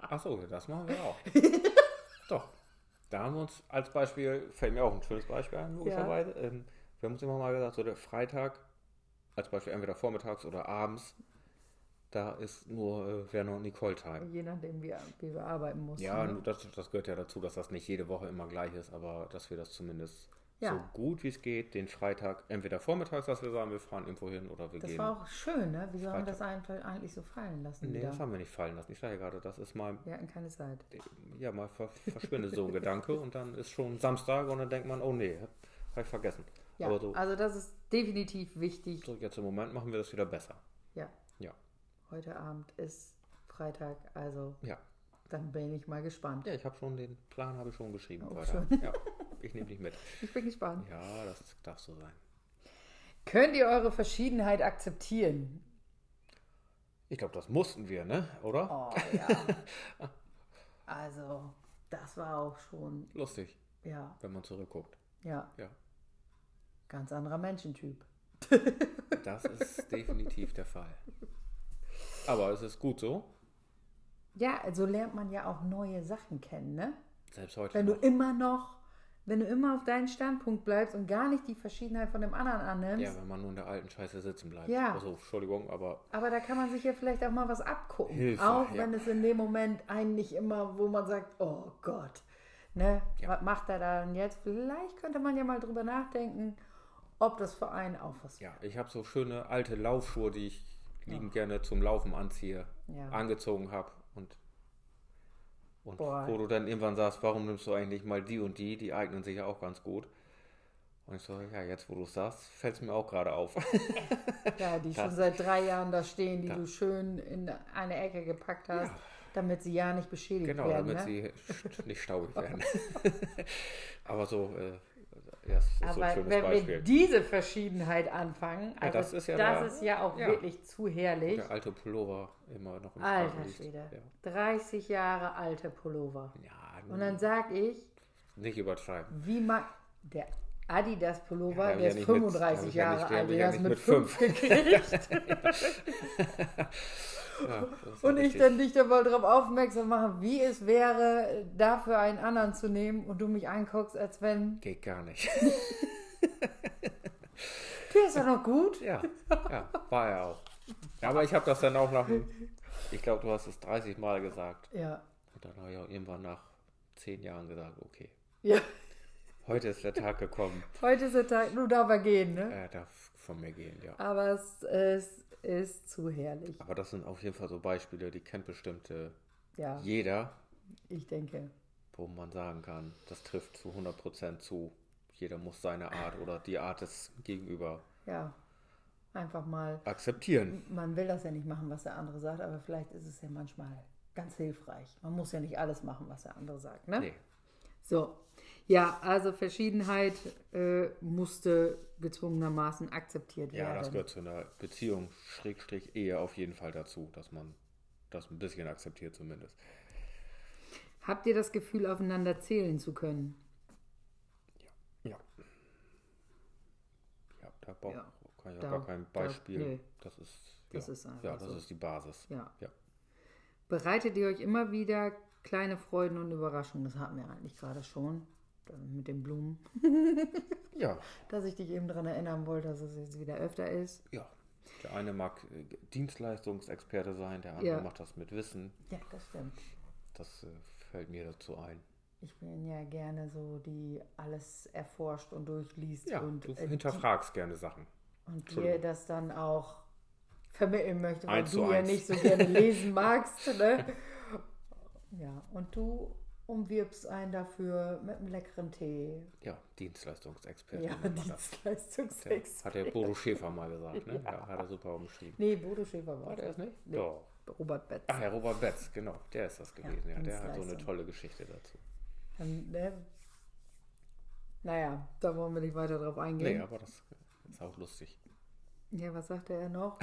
Speaker 1: Achso, das machen wir auch. Doch. Da haben wir uns als Beispiel, fällt mir auch ein schönes Beispiel ein, logischerweise. Ähm, wir haben uns immer mal gesagt, so der Freitag, als Beispiel entweder vormittags oder abends, da ist nur äh, Werner und Nicole Time.
Speaker 2: Je nachdem, wie, wie wir arbeiten mussten. ne?
Speaker 1: Ja, nur das, das gehört ja dazu, dass das nicht jede Woche immer gleich ist, aber dass wir das zumindest
Speaker 2: Ja.
Speaker 1: so gut wie es geht, den Freitag, entweder vormittags, dass wir sagen, wir fahren irgendwo hin oder wir
Speaker 2: das
Speaker 1: gehen.
Speaker 2: war auch schön, ne? Wieso haben wir das einfach eigentlich so fallen lassen?
Speaker 1: nee,
Speaker 2: wieder?
Speaker 1: das haben wir nicht fallen lassen. Ich sage ja gerade, das ist mal
Speaker 2: Wir hatten keine Zeit.
Speaker 1: ja, mal ver verschwindet so ein Gedanke und dann ist schon Samstag und dann denkt man, oh nee, hab, hab ich vergessen.
Speaker 2: Ja,
Speaker 1: Aber so,
Speaker 2: also das ist definitiv wichtig.
Speaker 1: so jetzt im Moment machen wir das wieder besser.
Speaker 2: Ja,
Speaker 1: Ja,
Speaker 2: heute Abend ist Freitag, also
Speaker 1: ja.
Speaker 2: dann bin ich mal gespannt.
Speaker 1: Ja, ich habe schon den Plan, habe ich schon geschrieben.
Speaker 2: Oh,
Speaker 1: Walter. Ja, ich nehme dich mit.
Speaker 2: Ich bin gespannt.
Speaker 1: Ja, das darf so sein.
Speaker 2: Könnt ihr eure Verschiedenheit akzeptieren?
Speaker 1: Ich glaube, das mussten wir, ne? Oder?
Speaker 2: Oh ja. also, das war auch schon,
Speaker 1: Lustig,
Speaker 2: ja,
Speaker 1: wenn man zurückguckt.
Speaker 2: ja,
Speaker 1: Ja,
Speaker 2: ganz anderer Menschentyp.
Speaker 1: das ist definitiv der Fall. Aber es ist gut so.
Speaker 2: Ja, also lernt man ja auch neue Sachen kennen, ne?
Speaker 1: Selbst heute.
Speaker 2: Wenn du
Speaker 1: noch.
Speaker 2: immer noch, wenn du immer auf deinen Standpunkt bleibst und gar nicht die Verschiedenheit von dem anderen
Speaker 1: ja,
Speaker 2: annimmst,
Speaker 1: wenn man nur in der alten Scheiße sitzen bleibt.
Speaker 2: Ja.
Speaker 1: Also, Entschuldigung, aber
Speaker 2: aber da kann man sich ja vielleicht auch mal was abgucken.
Speaker 1: Hilfe,
Speaker 2: auch
Speaker 1: ja.
Speaker 2: wenn es in dem Moment einen nicht immer, wo man sagt, oh Gott, ne,
Speaker 1: Ja.
Speaker 2: was macht er da denn jetzt? Vielleicht könnte man ja mal drüber nachdenken, ob das für einen auch was
Speaker 1: Ja, ich habe so schöne alte Laufschuhe, die ich liebend gerne zum Laufen anziehe,
Speaker 2: Ja.
Speaker 1: angezogen habe. Und, und
Speaker 2: Boah.
Speaker 1: wo du dann irgendwann sagst, warum nimmst du eigentlich mal die und die? Die eignen sich ja auch ganz gut. Und ich so, ja, jetzt wo du es sagst, fällt es mir auch gerade auf.
Speaker 2: Ja, die schon seit drei Jahren da stehen, die du schön in eine Ecke gepackt hast, damit sie ja nicht beschädigt ne?
Speaker 1: genau,
Speaker 2: werden.
Speaker 1: damit
Speaker 2: ne?
Speaker 1: sie st- nicht staubig werden. Aber so, äh, Ja, das ist so ein
Speaker 2: Aber
Speaker 1: schönes
Speaker 2: wenn wir
Speaker 1: Beispiel.
Speaker 2: diese Verschiedenheit anfangen, also
Speaker 1: das ist ja
Speaker 2: das
Speaker 1: wahr.
Speaker 2: ist ja auch
Speaker 1: Ja.
Speaker 2: wirklich zu herrlich.
Speaker 1: Der alte Pullover immer noch im Schrank
Speaker 2: Alter
Speaker 1: liegt.
Speaker 2: Schwede.
Speaker 1: Ja.
Speaker 2: 30 Jahre alte Pullover.
Speaker 1: Ja,
Speaker 2: Und dann sag ich,
Speaker 1: nicht übertreiben.
Speaker 2: wie mag der Adidas Pullover,
Speaker 1: Ja,
Speaker 2: der
Speaker 1: hab ich ja
Speaker 2: ist
Speaker 1: nicht mit-
Speaker 2: 35
Speaker 1: hab ich ja
Speaker 2: Jahre
Speaker 1: nicht- hab
Speaker 2: alt,
Speaker 1: ich
Speaker 2: den
Speaker 1: ja
Speaker 2: hast du
Speaker 1: nicht
Speaker 2: mit
Speaker 1: mit
Speaker 2: 5 gekriegt.
Speaker 1: Ja, das ist
Speaker 2: Und ich
Speaker 1: richtig.
Speaker 2: dann dich da mal drauf aufmerksam machen, wie es wäre, dafür einen anderen zu nehmen und du mich anguckst, als wenn,
Speaker 1: Geht gar nicht.
Speaker 2: der ist doch noch gut.
Speaker 1: Ja, ja war er auch. Ja, aber ich habe das dann auch nach dem, ich glaube, du hast es 30 Mal gesagt.
Speaker 2: Ja,
Speaker 1: Und dann habe ich auch irgendwann nach 10 Jahren gesagt, okay,
Speaker 2: ja.
Speaker 1: heute ist der Tag gekommen,
Speaker 2: heute ist der Tag, nur darf er gehen, ne?
Speaker 1: er darf von mir gehen, ja.
Speaker 2: Aber es, es ist zu herrlich.
Speaker 1: Aber das sind auf jeden Fall so Beispiele, die kennt bestimmt äh,
Speaker 2: Ja,
Speaker 1: jeder,
Speaker 2: ich denke.
Speaker 1: wo man sagen kann, das trifft zu 100% zu. Jeder muss seine Art oder die Art des Gegenüber
Speaker 2: Ja, einfach mal.
Speaker 1: akzeptieren.
Speaker 2: Man will das ja nicht machen, was der andere sagt, aber vielleicht ist es ja manchmal ganz hilfreich. Man muss ja nicht alles machen, was der andere sagt, ne?
Speaker 1: Nee,
Speaker 2: So. Ja, also Verschiedenheit äh, musste gezwungenermaßen akzeptiert
Speaker 1: ja,
Speaker 2: werden.
Speaker 1: das gehört zu einer Beziehung, Schrägstrich Ehe auf jeden Fall dazu, dass man das ein bisschen akzeptiert zumindest.
Speaker 2: Habt ihr das Gefühl, aufeinander zählen zu können?
Speaker 1: Ja. Ja, da brauch,
Speaker 2: Ja,
Speaker 1: kann ich
Speaker 2: da-
Speaker 1: auch gar kein
Speaker 2: da-
Speaker 1: Beispiel.
Speaker 2: nee.
Speaker 1: Das ist ja,
Speaker 2: Das ist einfach
Speaker 1: ja, das
Speaker 2: so.
Speaker 1: ist die Basis.
Speaker 2: Ja.
Speaker 1: ja.
Speaker 2: Bereitet ihr euch immer wieder kleine Freuden und Überraschungen? Das hatten wir eigentlich gerade schon äh, mit den Blumen.
Speaker 1: Ja,
Speaker 2: dass ich dich eben daran erinnern wollte, dass es jetzt wieder öfter ist.
Speaker 1: ja. Der eine mag äh, Dienstleistungsexperte sein, der andere
Speaker 2: Ja.
Speaker 1: macht das mit Wissen.
Speaker 2: Ja, das stimmt.
Speaker 1: Das äh, fällt mir dazu ein.
Speaker 2: Ich bin ja gerne so, die alles erforscht und durchliest
Speaker 1: Ja,
Speaker 2: und,
Speaker 1: du
Speaker 2: äh,
Speaker 1: hinterfragst gerne Sachen.
Speaker 2: die, und dir
Speaker 1: Entschuldigung.
Speaker 2: das dann auch vermitteln möchte, weil
Speaker 1: Eins
Speaker 2: du
Speaker 1: zu
Speaker 2: ja
Speaker 1: eins.
Speaker 2: nicht so gerne lesen magst. Ne? Ja, und du umwirbst einen dafür mit einem leckeren Tee.
Speaker 1: Ja, Dienstleistungsexperte.
Speaker 2: Ja,
Speaker 1: nennt man das. Der,
Speaker 2: Dienstleistungsex.
Speaker 1: hat der Bodo Schäfer mal gesagt, ne? Ja, hat er super umschrieben.
Speaker 2: Nee, Bodo Schäfer war
Speaker 1: War der
Speaker 2: das.
Speaker 1: es nicht?
Speaker 2: Nee.
Speaker 1: Doch.
Speaker 2: Robert Betz.
Speaker 1: Ach ja, Robert Betz, genau. Der ist das gewesen. Ja, der hat so eine
Speaker 2: Dienstleistung.
Speaker 1: tolle Geschichte dazu.
Speaker 2: Dann, ne? Naja, da wollen wir nicht weiter drauf eingehen.
Speaker 1: Nee, aber das ist auch lustig.
Speaker 2: Ja, was sagte er noch?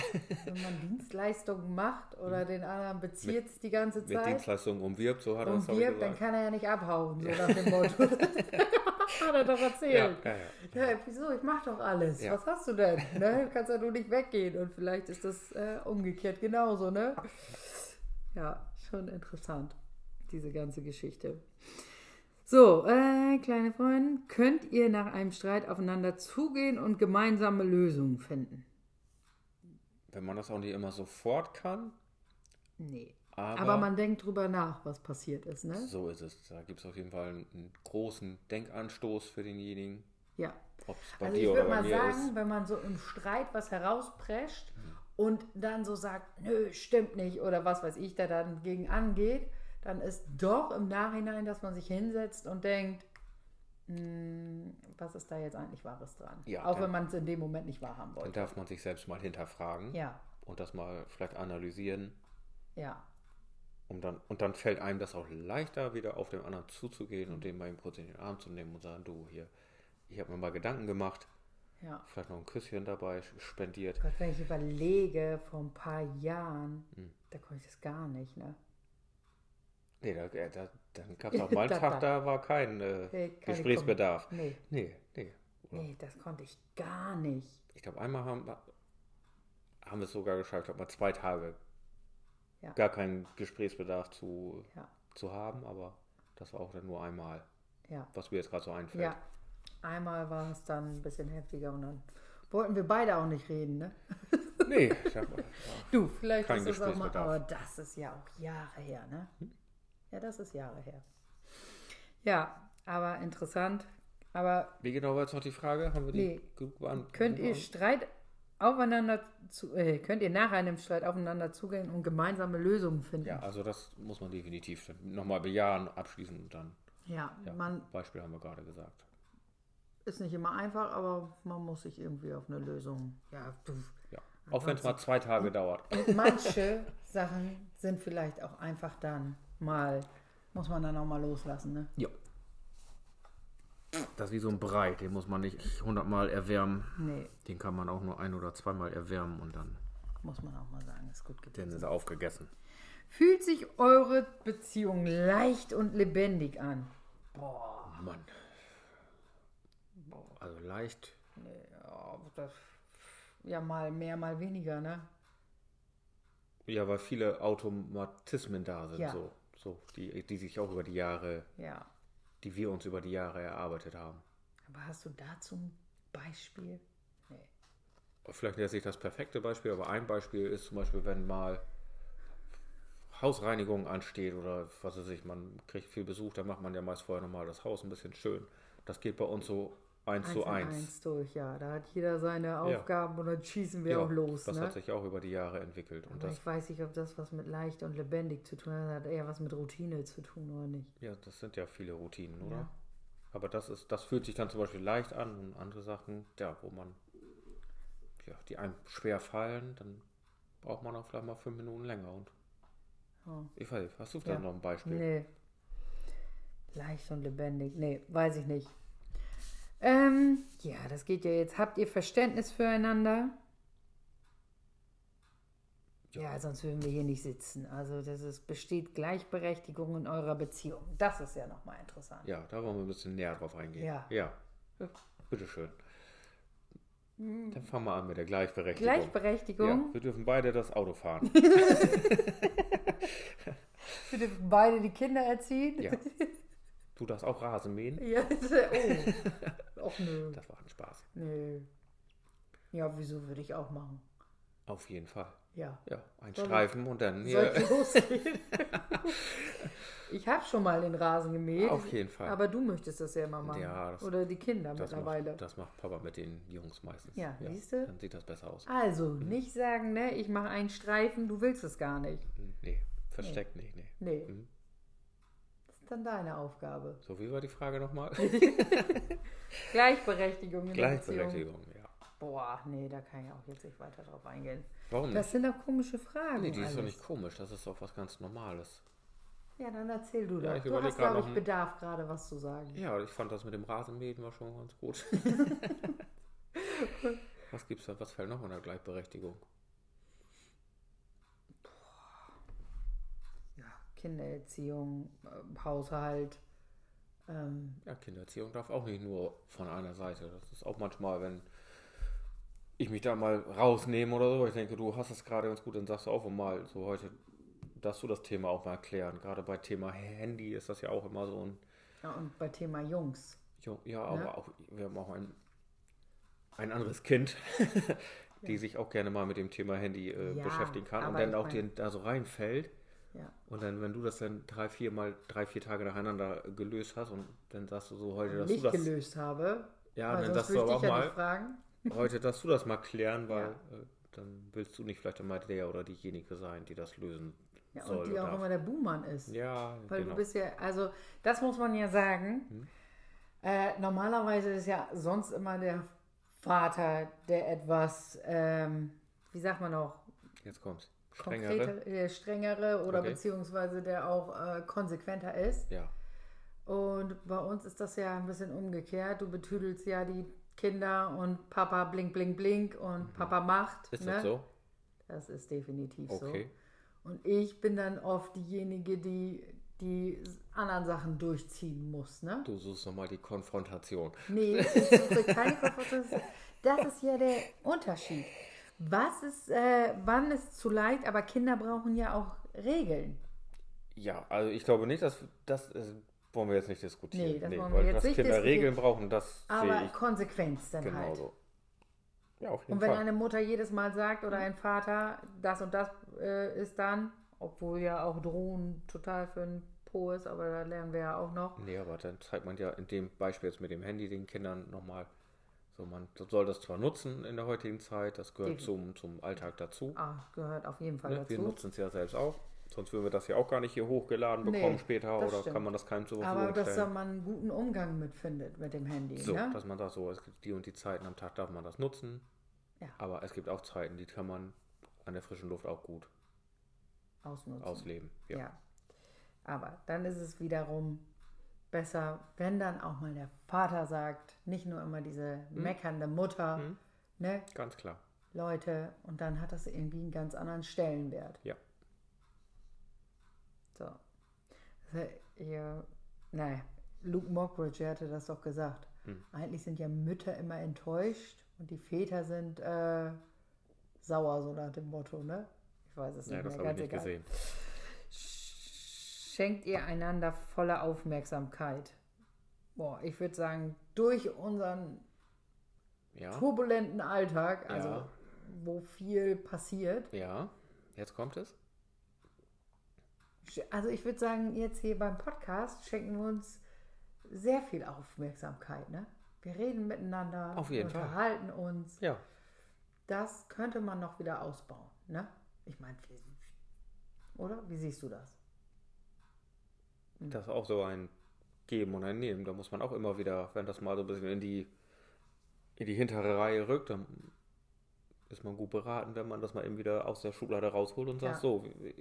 Speaker 2: Wenn man Dienstleistungen macht oder den anderen bezieht die ganze
Speaker 1: Hm. mit
Speaker 2: Zeit
Speaker 1: Dienstleistungen umwirbt, so hat er es
Speaker 2: und
Speaker 1: auch
Speaker 2: wirbt, dann
Speaker 1: gesagt.
Speaker 2: kann er ja nicht abhauen, so nach dem Motto. hat er doch erzählt.
Speaker 1: ja, ja, ja.
Speaker 2: Ja, wieso? Ich mach doch alles.
Speaker 1: Ja.
Speaker 2: Was hast du denn? Ne? Du kannst ja nur nicht weggehen. Und vielleicht ist das äh, umgekehrt genauso, ne? Ja, schon interessant, diese ganze Geschichte. So, äh, kleine Freunde, könnt ihr nach einem Streit aufeinander zugehen und gemeinsame Lösungen finden?
Speaker 1: Wenn man das auch nicht immer sofort kann,
Speaker 2: Nee.
Speaker 1: aber,
Speaker 2: Aber, man denkt drüber nach, was passiert ist, ne?
Speaker 1: so ist es. Da gibt es auf jeden Fall einen, einen großen Denkanstoß für denjenigen,
Speaker 2: Ja.
Speaker 1: ob es bei
Speaker 2: Also ich
Speaker 1: dir oder
Speaker 2: würde
Speaker 1: bei
Speaker 2: mal
Speaker 1: mir Mhm.
Speaker 2: sagen, wenn man so im Streit was herausprescht und dann so sagt, nö, stimmt nicht oder was weiß ich, da dann gegen angeht, dann ist doch im Nachhinein, dass man sich hinsetzt und denkt, "Hm, was ist da jetzt eigentlich Wahres dran?
Speaker 1: Ja,
Speaker 2: Auch
Speaker 1: dann-
Speaker 2: wenn man es in dem Moment nicht wahrhaben
Speaker 1: ist, dann
Speaker 2: wollte.
Speaker 1: darf man sich selbst mal hinterfragen
Speaker 2: Ja,
Speaker 1: und das mal vielleicht analysieren.
Speaker 2: ja,
Speaker 1: Um dann, und dann fällt einem das auch leichter, wieder auf den anderen zuzugehen und den mal eben kurz in den Arm zu nehmen und sagen, du hier, ich habe mir mal Gedanken gemacht,
Speaker 2: ja.
Speaker 1: vielleicht noch ein Küsschen dabei spendiert.
Speaker 2: Gott, wenn ich überlege, vor ein paar Jahren,
Speaker 1: Mhm.
Speaker 2: da konnte ich das gar nicht, ne?
Speaker 1: Nee, da, äh, da, dann gab es auch mal einen
Speaker 2: Da-
Speaker 1: Tag, da war kein äh,
Speaker 2: Hey, keine
Speaker 1: Gesprächsbedarf.
Speaker 2: Kom- Nee.
Speaker 1: Nee, nee. Oder
Speaker 2: Nee, das konnte ich gar nicht.
Speaker 1: Ich glaube, einmal haben, haben wir es sogar geschafft, ich glaube mal zwei Tage
Speaker 2: Ja.
Speaker 1: gar keinen Gesprächsbedarf zu,
Speaker 2: Ja,
Speaker 1: zu haben, aber das war auch dann nur einmal,
Speaker 2: ja.
Speaker 1: was mir jetzt gerade so einfällt.
Speaker 2: Ja, einmal war es dann ein bisschen heftiger und dann wollten wir beide auch nicht reden, ne?
Speaker 1: Nee, ich hab, ja,
Speaker 2: Du, vielleicht
Speaker 1: Kein
Speaker 2: ist das auch mal,
Speaker 1: Gesprächsbedarf.
Speaker 2: aber das ist ja auch Jahre her, ne? Ja, das ist Jahre her. Ja, aber interessant. Aber
Speaker 1: wie genau war jetzt noch die Frage? Haben wir die
Speaker 2: Nee.
Speaker 1: gut beantwortet?
Speaker 2: könnt ihr Streit aufeinander zu, äh, könnt ihr nach einem Streit aufeinander zugehen und gemeinsame Lösungen finden?
Speaker 1: Ja, also das muss man definitiv nochmal bejahen, abschließen und dann.
Speaker 2: Ja,
Speaker 1: Ja,
Speaker 2: man
Speaker 1: Beispiel haben wir gerade gesagt.
Speaker 2: ist nicht immer einfach, aber man muss sich irgendwie auf eine Lösung. Ja, du,
Speaker 1: Ja. Auch wenn es mal zwei
Speaker 2: hm.
Speaker 1: Tage dauert.
Speaker 2: manche Sachen sind vielleicht auch einfach dann mal, muss man dann auch mal loslassen. Ne?
Speaker 1: Ja. Das ist wie so ein Brei, den muss man nicht hundertmal erwärmen.
Speaker 2: Nee,
Speaker 1: Den kann man auch nur ein oder zweimal erwärmen und dann,
Speaker 2: muss man auch mal sagen, ist gut gewesen.
Speaker 1: dann ist er aufgegessen.
Speaker 2: Fühlt sich eure Beziehung leicht und lebendig an?
Speaker 1: Oh Mann. Also leicht.
Speaker 2: Ja, Oh, das, ja mal mehr, mal weniger, ne?
Speaker 1: Ja, weil viele Automatismen da sind,
Speaker 2: Ja.
Speaker 1: so, so die, die sich auch über die Jahre,
Speaker 2: Ja.
Speaker 1: die wir uns über die Jahre erarbeitet haben.
Speaker 2: Aber hast du dazu ein Beispiel? Nee.
Speaker 1: Vielleicht nicht das perfekte Beispiel, aber ein Beispiel ist zum Beispiel, wenn mal Hausreinigung ansteht oder was weiß ich, man kriegt viel Besuch, dann macht man ja meist vorher nochmal das Haus ein bisschen schön. Das geht bei uns so eins zu
Speaker 2: in
Speaker 1: eins.
Speaker 2: eins durch, ja. Da hat jeder seine Aufgaben und dann schießen wir
Speaker 1: Ja,
Speaker 2: auch los,
Speaker 1: das
Speaker 2: ne?
Speaker 1: hat sich auch über die Jahre entwickelt. Und
Speaker 2: Aber
Speaker 1: das,
Speaker 2: ich weiß nicht, ob das was mit leicht und lebendig zu tun hat. Das hat eher was mit Routine zu tun, oder nicht?
Speaker 1: ja, das sind ja viele Routinen, oder?
Speaker 2: Ja.
Speaker 1: Aber das ist, das fühlt sich dann zum Beispiel leicht an und andere Sachen, ja, wo man, ja, die einem schwer fallen, dann braucht man auch vielleicht mal fünf Minuten länger. Und
Speaker 2: Ja.
Speaker 1: ich weiß, nicht, hast du da
Speaker 2: Ja.
Speaker 1: noch ein Beispiel?
Speaker 2: Nee. Leicht und lebendig. Nee, weiß ich nicht. Ähm, ja, das geht ja jetzt. Habt ihr Verständnis füreinander? Ja, sonst würden wir hier nicht sitzen. Also, das ist, besteht Gleichberechtigung in eurer Beziehung. Das ist ja nochmal interessant.
Speaker 1: Ja, da wollen wir ein bisschen näher drauf eingehen.
Speaker 2: Ja.
Speaker 1: Ja. ja bitteschön. Dann fangen wir an mit der Gleichberechtigung. Ja,
Speaker 2: Hm. Gleichberechtigung.
Speaker 1: wir dürfen beide das Auto fahren.
Speaker 2: Wir dürfen beide die Kinder erziehen.
Speaker 1: ja. Du darfst auch Rasen mähen.
Speaker 2: Ja, oh. Och nö.
Speaker 1: Das war ein Spaß.
Speaker 2: Nö. Ja, wieso würde ich auch machen?
Speaker 1: Auf jeden Fall.
Speaker 2: Ja.
Speaker 1: Ja, ein
Speaker 2: Soll ich-
Speaker 1: Streifen und dann
Speaker 2: Soll
Speaker 1: hier.
Speaker 2: ich losgehen? ich habe schon mal den Rasen gemäht.
Speaker 1: Auf jeden Fall.
Speaker 2: Aber du möchtest das ja immer machen.
Speaker 1: Ja, das-
Speaker 2: Oder die Kinder
Speaker 1: Das
Speaker 2: mittlerweile.
Speaker 1: macht, das macht Papa mit den Jungs meistens.
Speaker 2: Ja, siehste?
Speaker 1: Dann sieht das besser aus.
Speaker 2: Also, nicht sagen, ne, ich mache einen Streifen, du willst es gar nicht.
Speaker 1: Nee, versteckt nicht, nee.
Speaker 2: Nee.
Speaker 1: Mhm.
Speaker 2: Das ist dann deine Aufgabe.
Speaker 1: So, wie war die Frage nochmal?
Speaker 2: Gleichberechtigung in der Beziehung.
Speaker 1: Gleichberechtigung, ja.
Speaker 2: Boah, nee, da kann ich auch jetzt nicht weiter drauf eingehen.
Speaker 1: Warum
Speaker 2: Das
Speaker 1: nicht?
Speaker 2: sind doch komische Fragen.
Speaker 1: Nee, die ist doch
Speaker 2: alles.
Speaker 1: nicht komisch, das ist doch was ganz Normales.
Speaker 2: Ja, dann erzähl du doch.
Speaker 1: Ja, ich
Speaker 2: du
Speaker 1: überleg
Speaker 2: hast,
Speaker 1: grad
Speaker 2: glaube
Speaker 1: noch
Speaker 2: ich,
Speaker 1: ein-
Speaker 2: Bedarf gerade, was zu sagen.
Speaker 1: Ja, ich fand das mit dem Rasenmähen war schon ganz gut. was gibt's da, was fällt noch unter Gleichberechtigung?
Speaker 2: Ja, Kindererziehung, äh, Haushalt. Ähm,
Speaker 1: Ja, Kindererziehung darf auch nicht nur von einer Seite. Das ist auch manchmal, wenn ich mich da mal rausnehme oder so, ich denke, du hast das gerade ganz gut, dann sagst du auch mal so heute, dass du das Thema auch mal erklären. Gerade bei Thema Handy ist das ja auch immer so ein
Speaker 2: ja, und bei Thema Jungs.
Speaker 1: Jo- Ja, aber auch, wir haben auch ein, ein anderes Kind, die sich auch gerne mal mit dem Thema Handy äh,
Speaker 2: Ja,
Speaker 1: beschäftigen kann und
Speaker 2: aber
Speaker 1: dann
Speaker 2: ich
Speaker 1: auch
Speaker 2: mein-
Speaker 1: den, da so reinfällt.
Speaker 2: Ja.
Speaker 1: Und dann, wenn du das dann drei, vier Mal, drei, vier Tage nacheinander gelöst hast und dann sagst du so heute, dass
Speaker 2: Nicht
Speaker 1: du das
Speaker 2: gelöst habe.
Speaker 1: Ja, dann
Speaker 2: weil sonst
Speaker 1: sagst du
Speaker 2: würde ich
Speaker 1: aber auch
Speaker 2: dich ja
Speaker 1: mal-
Speaker 2: nicht fragen.
Speaker 1: heute, dass du das mal klären, weil äh, dann willst du nicht vielleicht immer der oder diejenige sein, die das lösen
Speaker 2: Ja, und
Speaker 1: soll.
Speaker 2: die auch
Speaker 1: oder-
Speaker 2: immer der Buhmann ist.
Speaker 1: ja, genau.
Speaker 2: Weil
Speaker 1: Hm.
Speaker 2: du bist ja, also das muss man ja sagen. Äh, normalerweise ist ja sonst immer der Vater, der etwas, ähm, wie sagt man auch,
Speaker 1: Jetzt kommt's. Strengere.
Speaker 2: konkreter, äh, strengere oder
Speaker 1: Okay.
Speaker 2: beziehungsweise der auch äh, konsequenter ist.
Speaker 1: Ja.
Speaker 2: Und bei uns ist das ja ein bisschen umgekehrt. Du betüdelst ja die Kinder und Papa blink, blink, blink und Papa macht.
Speaker 1: Mhm. Ist
Speaker 2: ne?
Speaker 1: das so?
Speaker 2: Das ist definitiv
Speaker 1: Okay.
Speaker 2: so. Und ich bin dann oft diejenige, die die anderen Sachen durchziehen muss, ne?
Speaker 1: Du suchst nochmal die Konfrontation.
Speaker 2: Nee, ich suche keine Konfrontation. Das ist ja der Unterschied. Was ist, äh, wann ist zu leicht, aber Kinder brauchen ja auch Regeln.
Speaker 1: Ja, also ich glaube nicht, dass das äh, wollen wir jetzt nicht diskutieren.
Speaker 2: Nee, das wollen wir
Speaker 1: weil
Speaker 2: jetzt
Speaker 1: dass
Speaker 2: nicht
Speaker 1: Kinder
Speaker 2: diskutieren.
Speaker 1: Regeln brauchen, das sehe
Speaker 2: Aber
Speaker 1: ich
Speaker 2: Konsequenz dann halt.
Speaker 1: genauso. Ja, auf jeden
Speaker 2: Und wenn
Speaker 1: Fall. Mhm.
Speaker 2: eine Mutter jedes Mal sagt oder ein Vater, das und das äh, ist dann, obwohl ja auch Drohen total für ein Po ist, aber da lernen wir ja auch noch.
Speaker 1: Nee, aber dann zeigt man ja in dem Beispiel jetzt mit dem Handy den Kindern nochmal, so man soll das zwar nutzen in der heutigen Zeit, das gehört zum, zum Alltag dazu.
Speaker 2: Ah, gehört auf jeden Fall
Speaker 1: ne? Wir
Speaker 2: dazu.
Speaker 1: nutzen es ja selbst auch. Sonst würden wir das ja auch gar nicht hier hochgeladen
Speaker 2: Nee,
Speaker 1: bekommen später
Speaker 2: das
Speaker 1: oder
Speaker 2: stimmt.
Speaker 1: kann man das keinem zur Verfügung
Speaker 2: Aber dass da
Speaker 1: stellen.
Speaker 2: man einen guten Umgang mit findet mit dem Handy.
Speaker 1: So,
Speaker 2: ne?
Speaker 1: dass man sagt, so, es gibt die und die Zeiten am Tag darf man das nutzen.
Speaker 2: Ja.
Speaker 1: Aber es gibt auch Zeiten, die kann man an der frischen Luft auch gut
Speaker 2: Ausnutzen.
Speaker 1: ausleben.
Speaker 2: ja. Aber dann ist es wiederum besser, wenn dann auch mal der Vater sagt, nicht nur immer diese
Speaker 1: Hm?
Speaker 2: meckernde Mutter, ne,
Speaker 1: Ganz klar.
Speaker 2: Leute, und dann hat das irgendwie einen ganz anderen Stellenwert.
Speaker 1: Ja.
Speaker 2: So. Also, ihr, naja, Luke Mockridge hatte das doch gesagt.
Speaker 1: Hm.
Speaker 2: Eigentlich sind ja Mütter immer enttäuscht und die Väter sind äh, sauer, so nach dem Motto, ne? Ich weiß es
Speaker 1: Ja,
Speaker 2: nicht
Speaker 1: das
Speaker 2: mehr,
Speaker 1: habe ich nicht
Speaker 2: ganz egal.
Speaker 1: gesehen.
Speaker 2: Schenkt ihr einander volle Aufmerksamkeit? Boah, ich würde sagen, durch unseren
Speaker 1: Ja.
Speaker 2: turbulenten Alltag, also
Speaker 1: Ja.
Speaker 2: wo viel passiert.
Speaker 1: Ja. Jetzt kommt es.
Speaker 2: Also ich würde sagen, jetzt hier beim Podcast schenken wir uns sehr viel Aufmerksamkeit. Ne? Wir reden miteinander,
Speaker 1: Auf jeden
Speaker 2: wir
Speaker 1: Fall.
Speaker 2: unterhalten uns.
Speaker 1: Ja.
Speaker 2: Das könnte man noch wieder ausbauen. Ne? Ich meine, oder? Wie siehst du das?
Speaker 1: Das ist auch so ein Geben und ein Nehmen. Da muss man auch immer wieder, wenn das mal so ein bisschen in die, in die hintere Reihe rückt, dann ist man gut beraten, wenn man das mal eben wieder aus der Schublade rausholt und sagt,
Speaker 2: Ja.
Speaker 1: so, wir-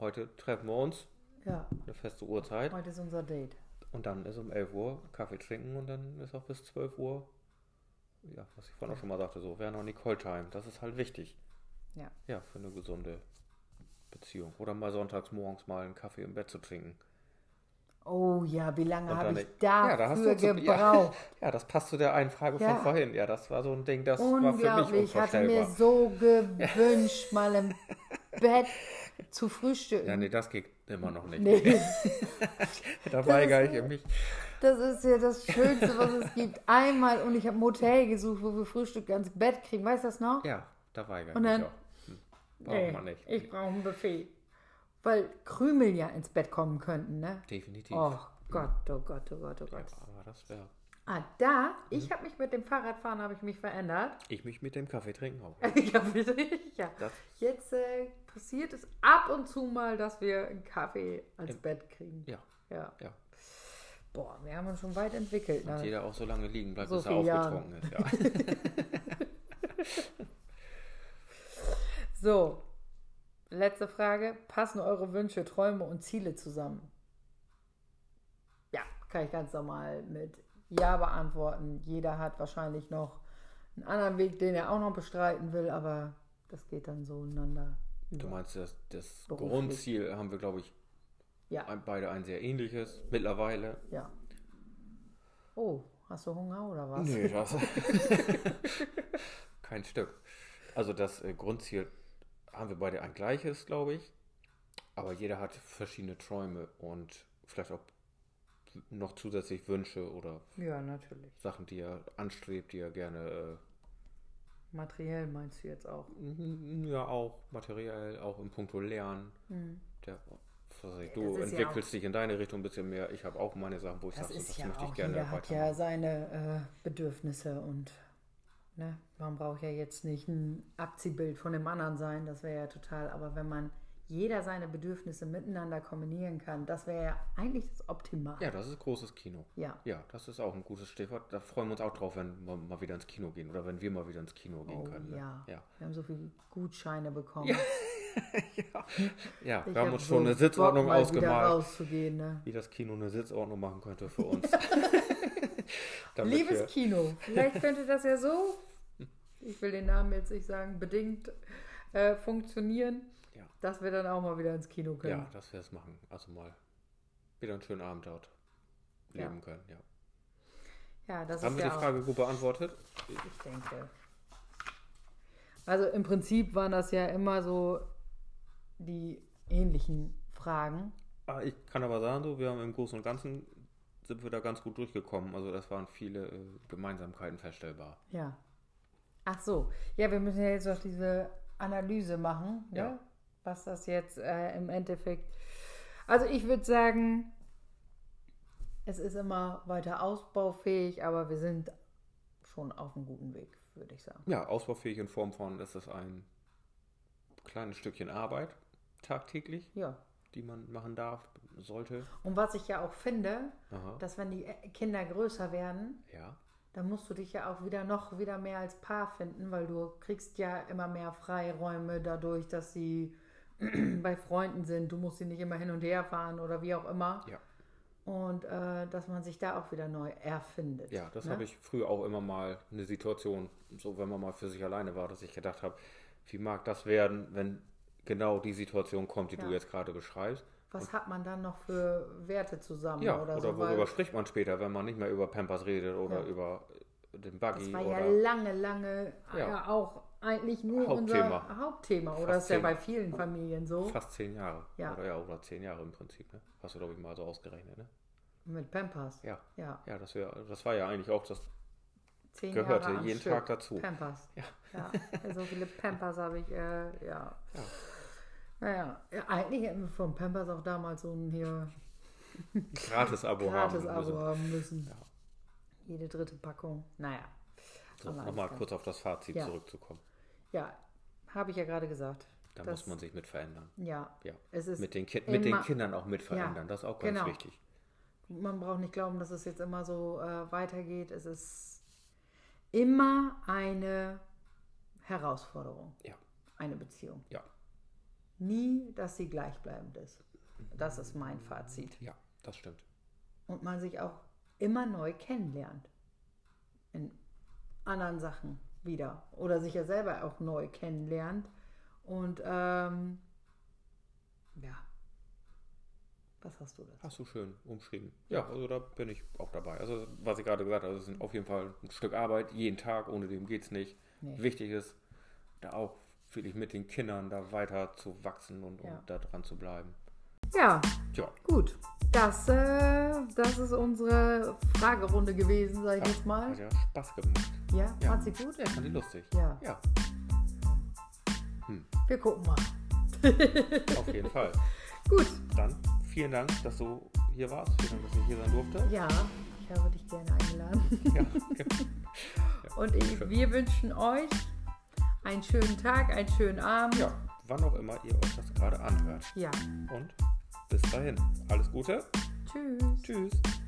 Speaker 1: heute treffen wir uns,
Speaker 2: Ja,
Speaker 1: eine feste Uhrzeit.
Speaker 2: heute ist unser Date.
Speaker 1: Und dann ist um 11 Uhr Kaffee trinken und dann ist auch bis 12 Uhr, ja, was ich vorhin auch schon mal sagte, so, Werner und Nicole Time. Das ist halt wichtig.
Speaker 2: Ja.
Speaker 1: Ja, für eine gesunde Beziehung. Oder mal sonntags morgens mal einen Kaffee im Bett zu trinken.
Speaker 2: Oh ja, wie lange
Speaker 1: Und
Speaker 2: habe
Speaker 1: dann-
Speaker 2: ich dafür
Speaker 1: Ja, da hast du zu-
Speaker 2: gebraucht?
Speaker 1: Ja, das passt zu der einen Frage
Speaker 2: Ja.
Speaker 1: von vorhin. Ja, das war so ein Ding, das war für mich
Speaker 2: Unglaublich, ich hatte mir
Speaker 1: unvorstellbar.
Speaker 2: so gewünscht, mal im Bett zu frühstücken.
Speaker 1: Ja, nee, das geht immer noch nicht.
Speaker 2: Nee,
Speaker 1: Da weigere ich mich.
Speaker 2: das ist ja das Schönste, was es gibt. Einmal und ich habe ein Hotel gesucht, wo wir Frühstück ans Bett kriegen. Weißt du das noch?
Speaker 1: Ja, da weigere ich
Speaker 2: Und
Speaker 1: mich
Speaker 2: dann-
Speaker 1: auch. Hm. Braucht man nicht.
Speaker 2: Ich brauche ein Buffet. Weil Krümel ja ins Bett kommen könnten, ne?
Speaker 1: Definitiv.
Speaker 2: Oh Gott, oh Gott, oh Gott, oh
Speaker 1: Ja, Mhm.
Speaker 2: Gott.
Speaker 1: aber das wäre.
Speaker 2: Ah, da, ich habe mich mit dem Fahrradfahren habe ich mich verändert. Ich
Speaker 1: Ich mich mit dem Kaffee trinken auch.
Speaker 2: glaube, ja.
Speaker 1: Das-
Speaker 2: Jetzt äh, passiert es ab und zu mal, dass wir einen Kaffee als Bett kriegen.
Speaker 1: Ja,
Speaker 2: Ja.
Speaker 1: ja.
Speaker 2: Boah, wir haben uns schon weit entwickelt. Ne?
Speaker 1: Jeder auch so lange liegen bleibt,
Speaker 2: So
Speaker 1: bis er
Speaker 2: viel Jahren.
Speaker 1: aufgetrunken ist. Ja.
Speaker 2: So, letzte Frage. Passen eure Wünsche, Träume und Ziele zusammen? Ja, kann ich ganz normal mit Ja beantworten. Jeder hat wahrscheinlich noch einen anderen Weg, den er auch noch bestreiten will, aber das geht dann so ineinander
Speaker 1: Du
Speaker 2: über.
Speaker 1: meinst, das, das
Speaker 2: Beruflich.
Speaker 1: Grundziel haben wir, glaube ich,
Speaker 2: Ja,
Speaker 1: ein, beide ein sehr ähnliches mittlerweile.
Speaker 2: ja. Oh, hast du Hunger oder was?
Speaker 1: Nö, das. Kein Stück. Also das äh, Grundziel haben wir beide ein gleiches, glaube ich. Aber jeder hat verschiedene Träume und vielleicht auch noch zusätzlich Wünsche oder
Speaker 2: Ja, natürlich.
Speaker 1: Sachen, die er anstrebt, die er gerne
Speaker 2: Materiell meinst du jetzt auch?
Speaker 1: äh, m- ja auch materiell, auch im Punkto Lernen. Der, was weiß ich, du
Speaker 2: Mhm. das ist ja
Speaker 1: entwickelst dich in deine Richtung ein bisschen mehr. Ich habe auch meine Sachen, wo ich
Speaker 2: Das
Speaker 1: sage, so,
Speaker 2: ist
Speaker 1: das
Speaker 2: ja
Speaker 1: möchte
Speaker 2: auch,
Speaker 1: ich gerne
Speaker 2: jeder hat ja
Speaker 1: weitermachen.
Speaker 2: seine äh, Bedürfnisse und ne, man braucht ja jetzt nicht ein Abziehbild von dem anderen sein, das wäre ja total, aber wenn man jeder seine Bedürfnisse miteinander kombinieren kann, das wäre ja eigentlich das Optimal.
Speaker 1: Ja, das ist großes Kino.
Speaker 2: Ja.
Speaker 1: Ja, das ist auch ein gutes Stichwort. Da freuen wir uns auch drauf, wenn wir mal wieder ins Kino gehen oder wenn wir mal wieder ins Kino gehen
Speaker 2: Oh,
Speaker 1: können. ne?
Speaker 2: ja.
Speaker 1: Ja,
Speaker 2: wir haben so viele Gutscheine bekommen.
Speaker 1: ja
Speaker 2: Ich
Speaker 1: wir haben
Speaker 2: hab
Speaker 1: uns
Speaker 2: so
Speaker 1: schon eine Sitzordnung
Speaker 2: Bock, mal Wieder
Speaker 1: ausgemalt,
Speaker 2: rauszugehen, ne?
Speaker 1: wie das Kino eine Sitzordnung machen könnte für uns. Damit
Speaker 2: Liebes
Speaker 1: wir-
Speaker 2: Kino, vielleicht könnte das ja so, ich will den Namen jetzt nicht sagen, bedingt äh, funktionieren,
Speaker 1: Ja.
Speaker 2: dass wir dann auch mal wieder ins Kino können.
Speaker 1: Ja, dass wir es machen. Also mal wieder einen schönen Abend dort
Speaker 2: Ja.
Speaker 1: leben können. Ja.
Speaker 2: Ja, das
Speaker 1: Haben
Speaker 2: ist
Speaker 1: wir
Speaker 2: ja
Speaker 1: die Frage gut beantwortet?
Speaker 2: auch, ich denke. Also im Prinzip waren das ja immer so die ähnlichen Fragen.
Speaker 1: Ah, ich kann aber sagen, so, wir haben im Großen und Ganzen sind wir da ganz gut durchgekommen. Also das waren viele äh, Gemeinsamkeiten feststellbar.
Speaker 2: Ja. Ach so. Ja, wir müssen ja jetzt noch diese Analyse machen, ne?
Speaker 1: Ja.
Speaker 2: was das jetzt äh, im Endeffekt. Also ich würde sagen, es ist immer weiter ausbaufähig, aber wir sind schon auf einem guten Weg, würde ich sagen.
Speaker 1: Ja, ausbaufähig in Form von, es ist ein kleines Stückchen Arbeit tagtäglich,
Speaker 2: Ja.
Speaker 1: die man machen darf, sollte.
Speaker 2: Und was ich ja auch finde,
Speaker 1: Aha.
Speaker 2: dass wenn die äh, Kinder größer werden,
Speaker 1: Ja,
Speaker 2: dann musst du dich ja auch wieder noch wieder mehr als Paar finden, weil du kriegst ja immer mehr Freiräume dadurch, dass sie bei Freunden sind. Du musst sie nicht immer hin und her fahren oder wie auch immer.
Speaker 1: ja.
Speaker 2: Und äh, dass man sich da auch wieder neu erfindet.
Speaker 1: Ja, das
Speaker 2: ne?
Speaker 1: habe ich früher auch immer mal eine Situation, so wenn man mal für sich alleine war, dass ich gedacht habe, wie mag das werden, wenn genau die Situation kommt, die
Speaker 2: Ja.
Speaker 1: du jetzt gerade beschreibst.
Speaker 2: Was hat man dann noch für Werte zusammen
Speaker 1: Ja, oder,
Speaker 2: Genau, oder, so? weil
Speaker 1: worüber spricht man später, wenn man nicht mehr über Pampers redet oder
Speaker 2: Ja.
Speaker 1: über den
Speaker 2: das
Speaker 1: Buggy
Speaker 2: war ja
Speaker 1: oder
Speaker 2: lange, lange
Speaker 1: Ja.
Speaker 2: ja. auch eigentlich nur
Speaker 1: Hauptthema.
Speaker 2: unser Hauptthema. Oder
Speaker 1: Fast
Speaker 2: ist ja bei
Speaker 1: Thema.
Speaker 2: vielen Familien so.
Speaker 1: fast zehn Jahre.
Speaker 2: Ja.
Speaker 1: Oder ja, oder zehn Jahre im Prinzip. Ne? Hast du, glaube ich, mal so ausgerechnet. Ne?
Speaker 2: Mit Pampers.
Speaker 1: Ja.
Speaker 2: Ja,
Speaker 1: Ja, das, wär, das war ja eigentlich auch das.
Speaker 2: zehn
Speaker 1: Gehörte
Speaker 2: Jahre am
Speaker 1: jeden
Speaker 2: Stück.
Speaker 1: Tag dazu.
Speaker 2: Pampers.
Speaker 1: Ja.
Speaker 2: Ja. So viele Pampers habe ich, äh, ja.
Speaker 1: Ja.
Speaker 2: Naja, ja, eigentlich hätten wir von Pampers auch damals so ein hier
Speaker 1: Gratis-Abo haben
Speaker 2: gratis Abo
Speaker 1: müssen.
Speaker 2: haben müssen.
Speaker 1: Ja.
Speaker 2: Jede dritte Packung. Naja.
Speaker 1: So,
Speaker 2: Aber
Speaker 1: Nochmal
Speaker 2: alles klar.
Speaker 1: kurz auf das Fazit
Speaker 2: Ja.
Speaker 1: zurückzukommen.
Speaker 2: Ja, habe ich ja gerade gesagt.
Speaker 1: Da
Speaker 2: Das-
Speaker 1: muss man sich mit verändern.
Speaker 2: Ja,
Speaker 1: Ja.
Speaker 2: es ist,
Speaker 1: Mit den, Ki mit den
Speaker 2: immer-
Speaker 1: Kindern auch mit verändern.
Speaker 2: Ja,
Speaker 1: Das ist auch ganz
Speaker 2: genau.
Speaker 1: wichtig.
Speaker 2: man braucht nicht glauben, dass es jetzt immer so äh, weitergeht. Es ist immer eine Herausforderung,
Speaker 1: Ja,
Speaker 2: eine Beziehung.
Speaker 1: ja,
Speaker 2: Nie, dass sie gleichbleibend ist. Das ist mein Fazit.
Speaker 1: ja, das stimmt.
Speaker 2: Und man sich auch immer neu kennenlernt. In anderen Sachen wieder. Oder sich ja selber auch neu kennenlernt. Und ähm, ja. Was hast du dazu?
Speaker 1: Hast du schön umschrieben. Ja, also da bin ich auch dabei. Also, was ich gerade gesagt habe, es ist auf jeden Fall ein Stück Arbeit, jeden Tag, ohne dem geht's nicht.
Speaker 2: Nee.
Speaker 1: Wichtig ist, da auch wirklich mit den Kindern da weiter zu wachsen und,
Speaker 2: Ja.
Speaker 1: und da dran zu bleiben.
Speaker 2: Ja,
Speaker 1: Tja,
Speaker 2: Gut, das, äh, das ist unsere Fragerunde gewesen, sag ich jetzt mal.
Speaker 1: hat ja Spaß gemacht.
Speaker 2: Ja,
Speaker 1: Ja.
Speaker 2: fand sie gut?
Speaker 1: Ja, fand ich lustig.
Speaker 2: Ja.
Speaker 1: ja
Speaker 2: Wir gucken mal.
Speaker 1: auf jeden Fall.
Speaker 2: Gut,
Speaker 1: Dann vielen Dank, dass du hier warst. Vielen Dank, dass ich hier sein durfte.
Speaker 2: ja, ich habe dich gerne eingeladen.
Speaker 1: Ja.
Speaker 2: Und ich,
Speaker 1: schön.
Speaker 2: wir wünschen euch einen schönen Tag, einen schönen Abend.
Speaker 1: ja, wann auch immer ihr euch das gerade anhört.
Speaker 2: ja.
Speaker 1: Und bis dahin, alles Gute.
Speaker 2: tschüss.
Speaker 1: Tschüss.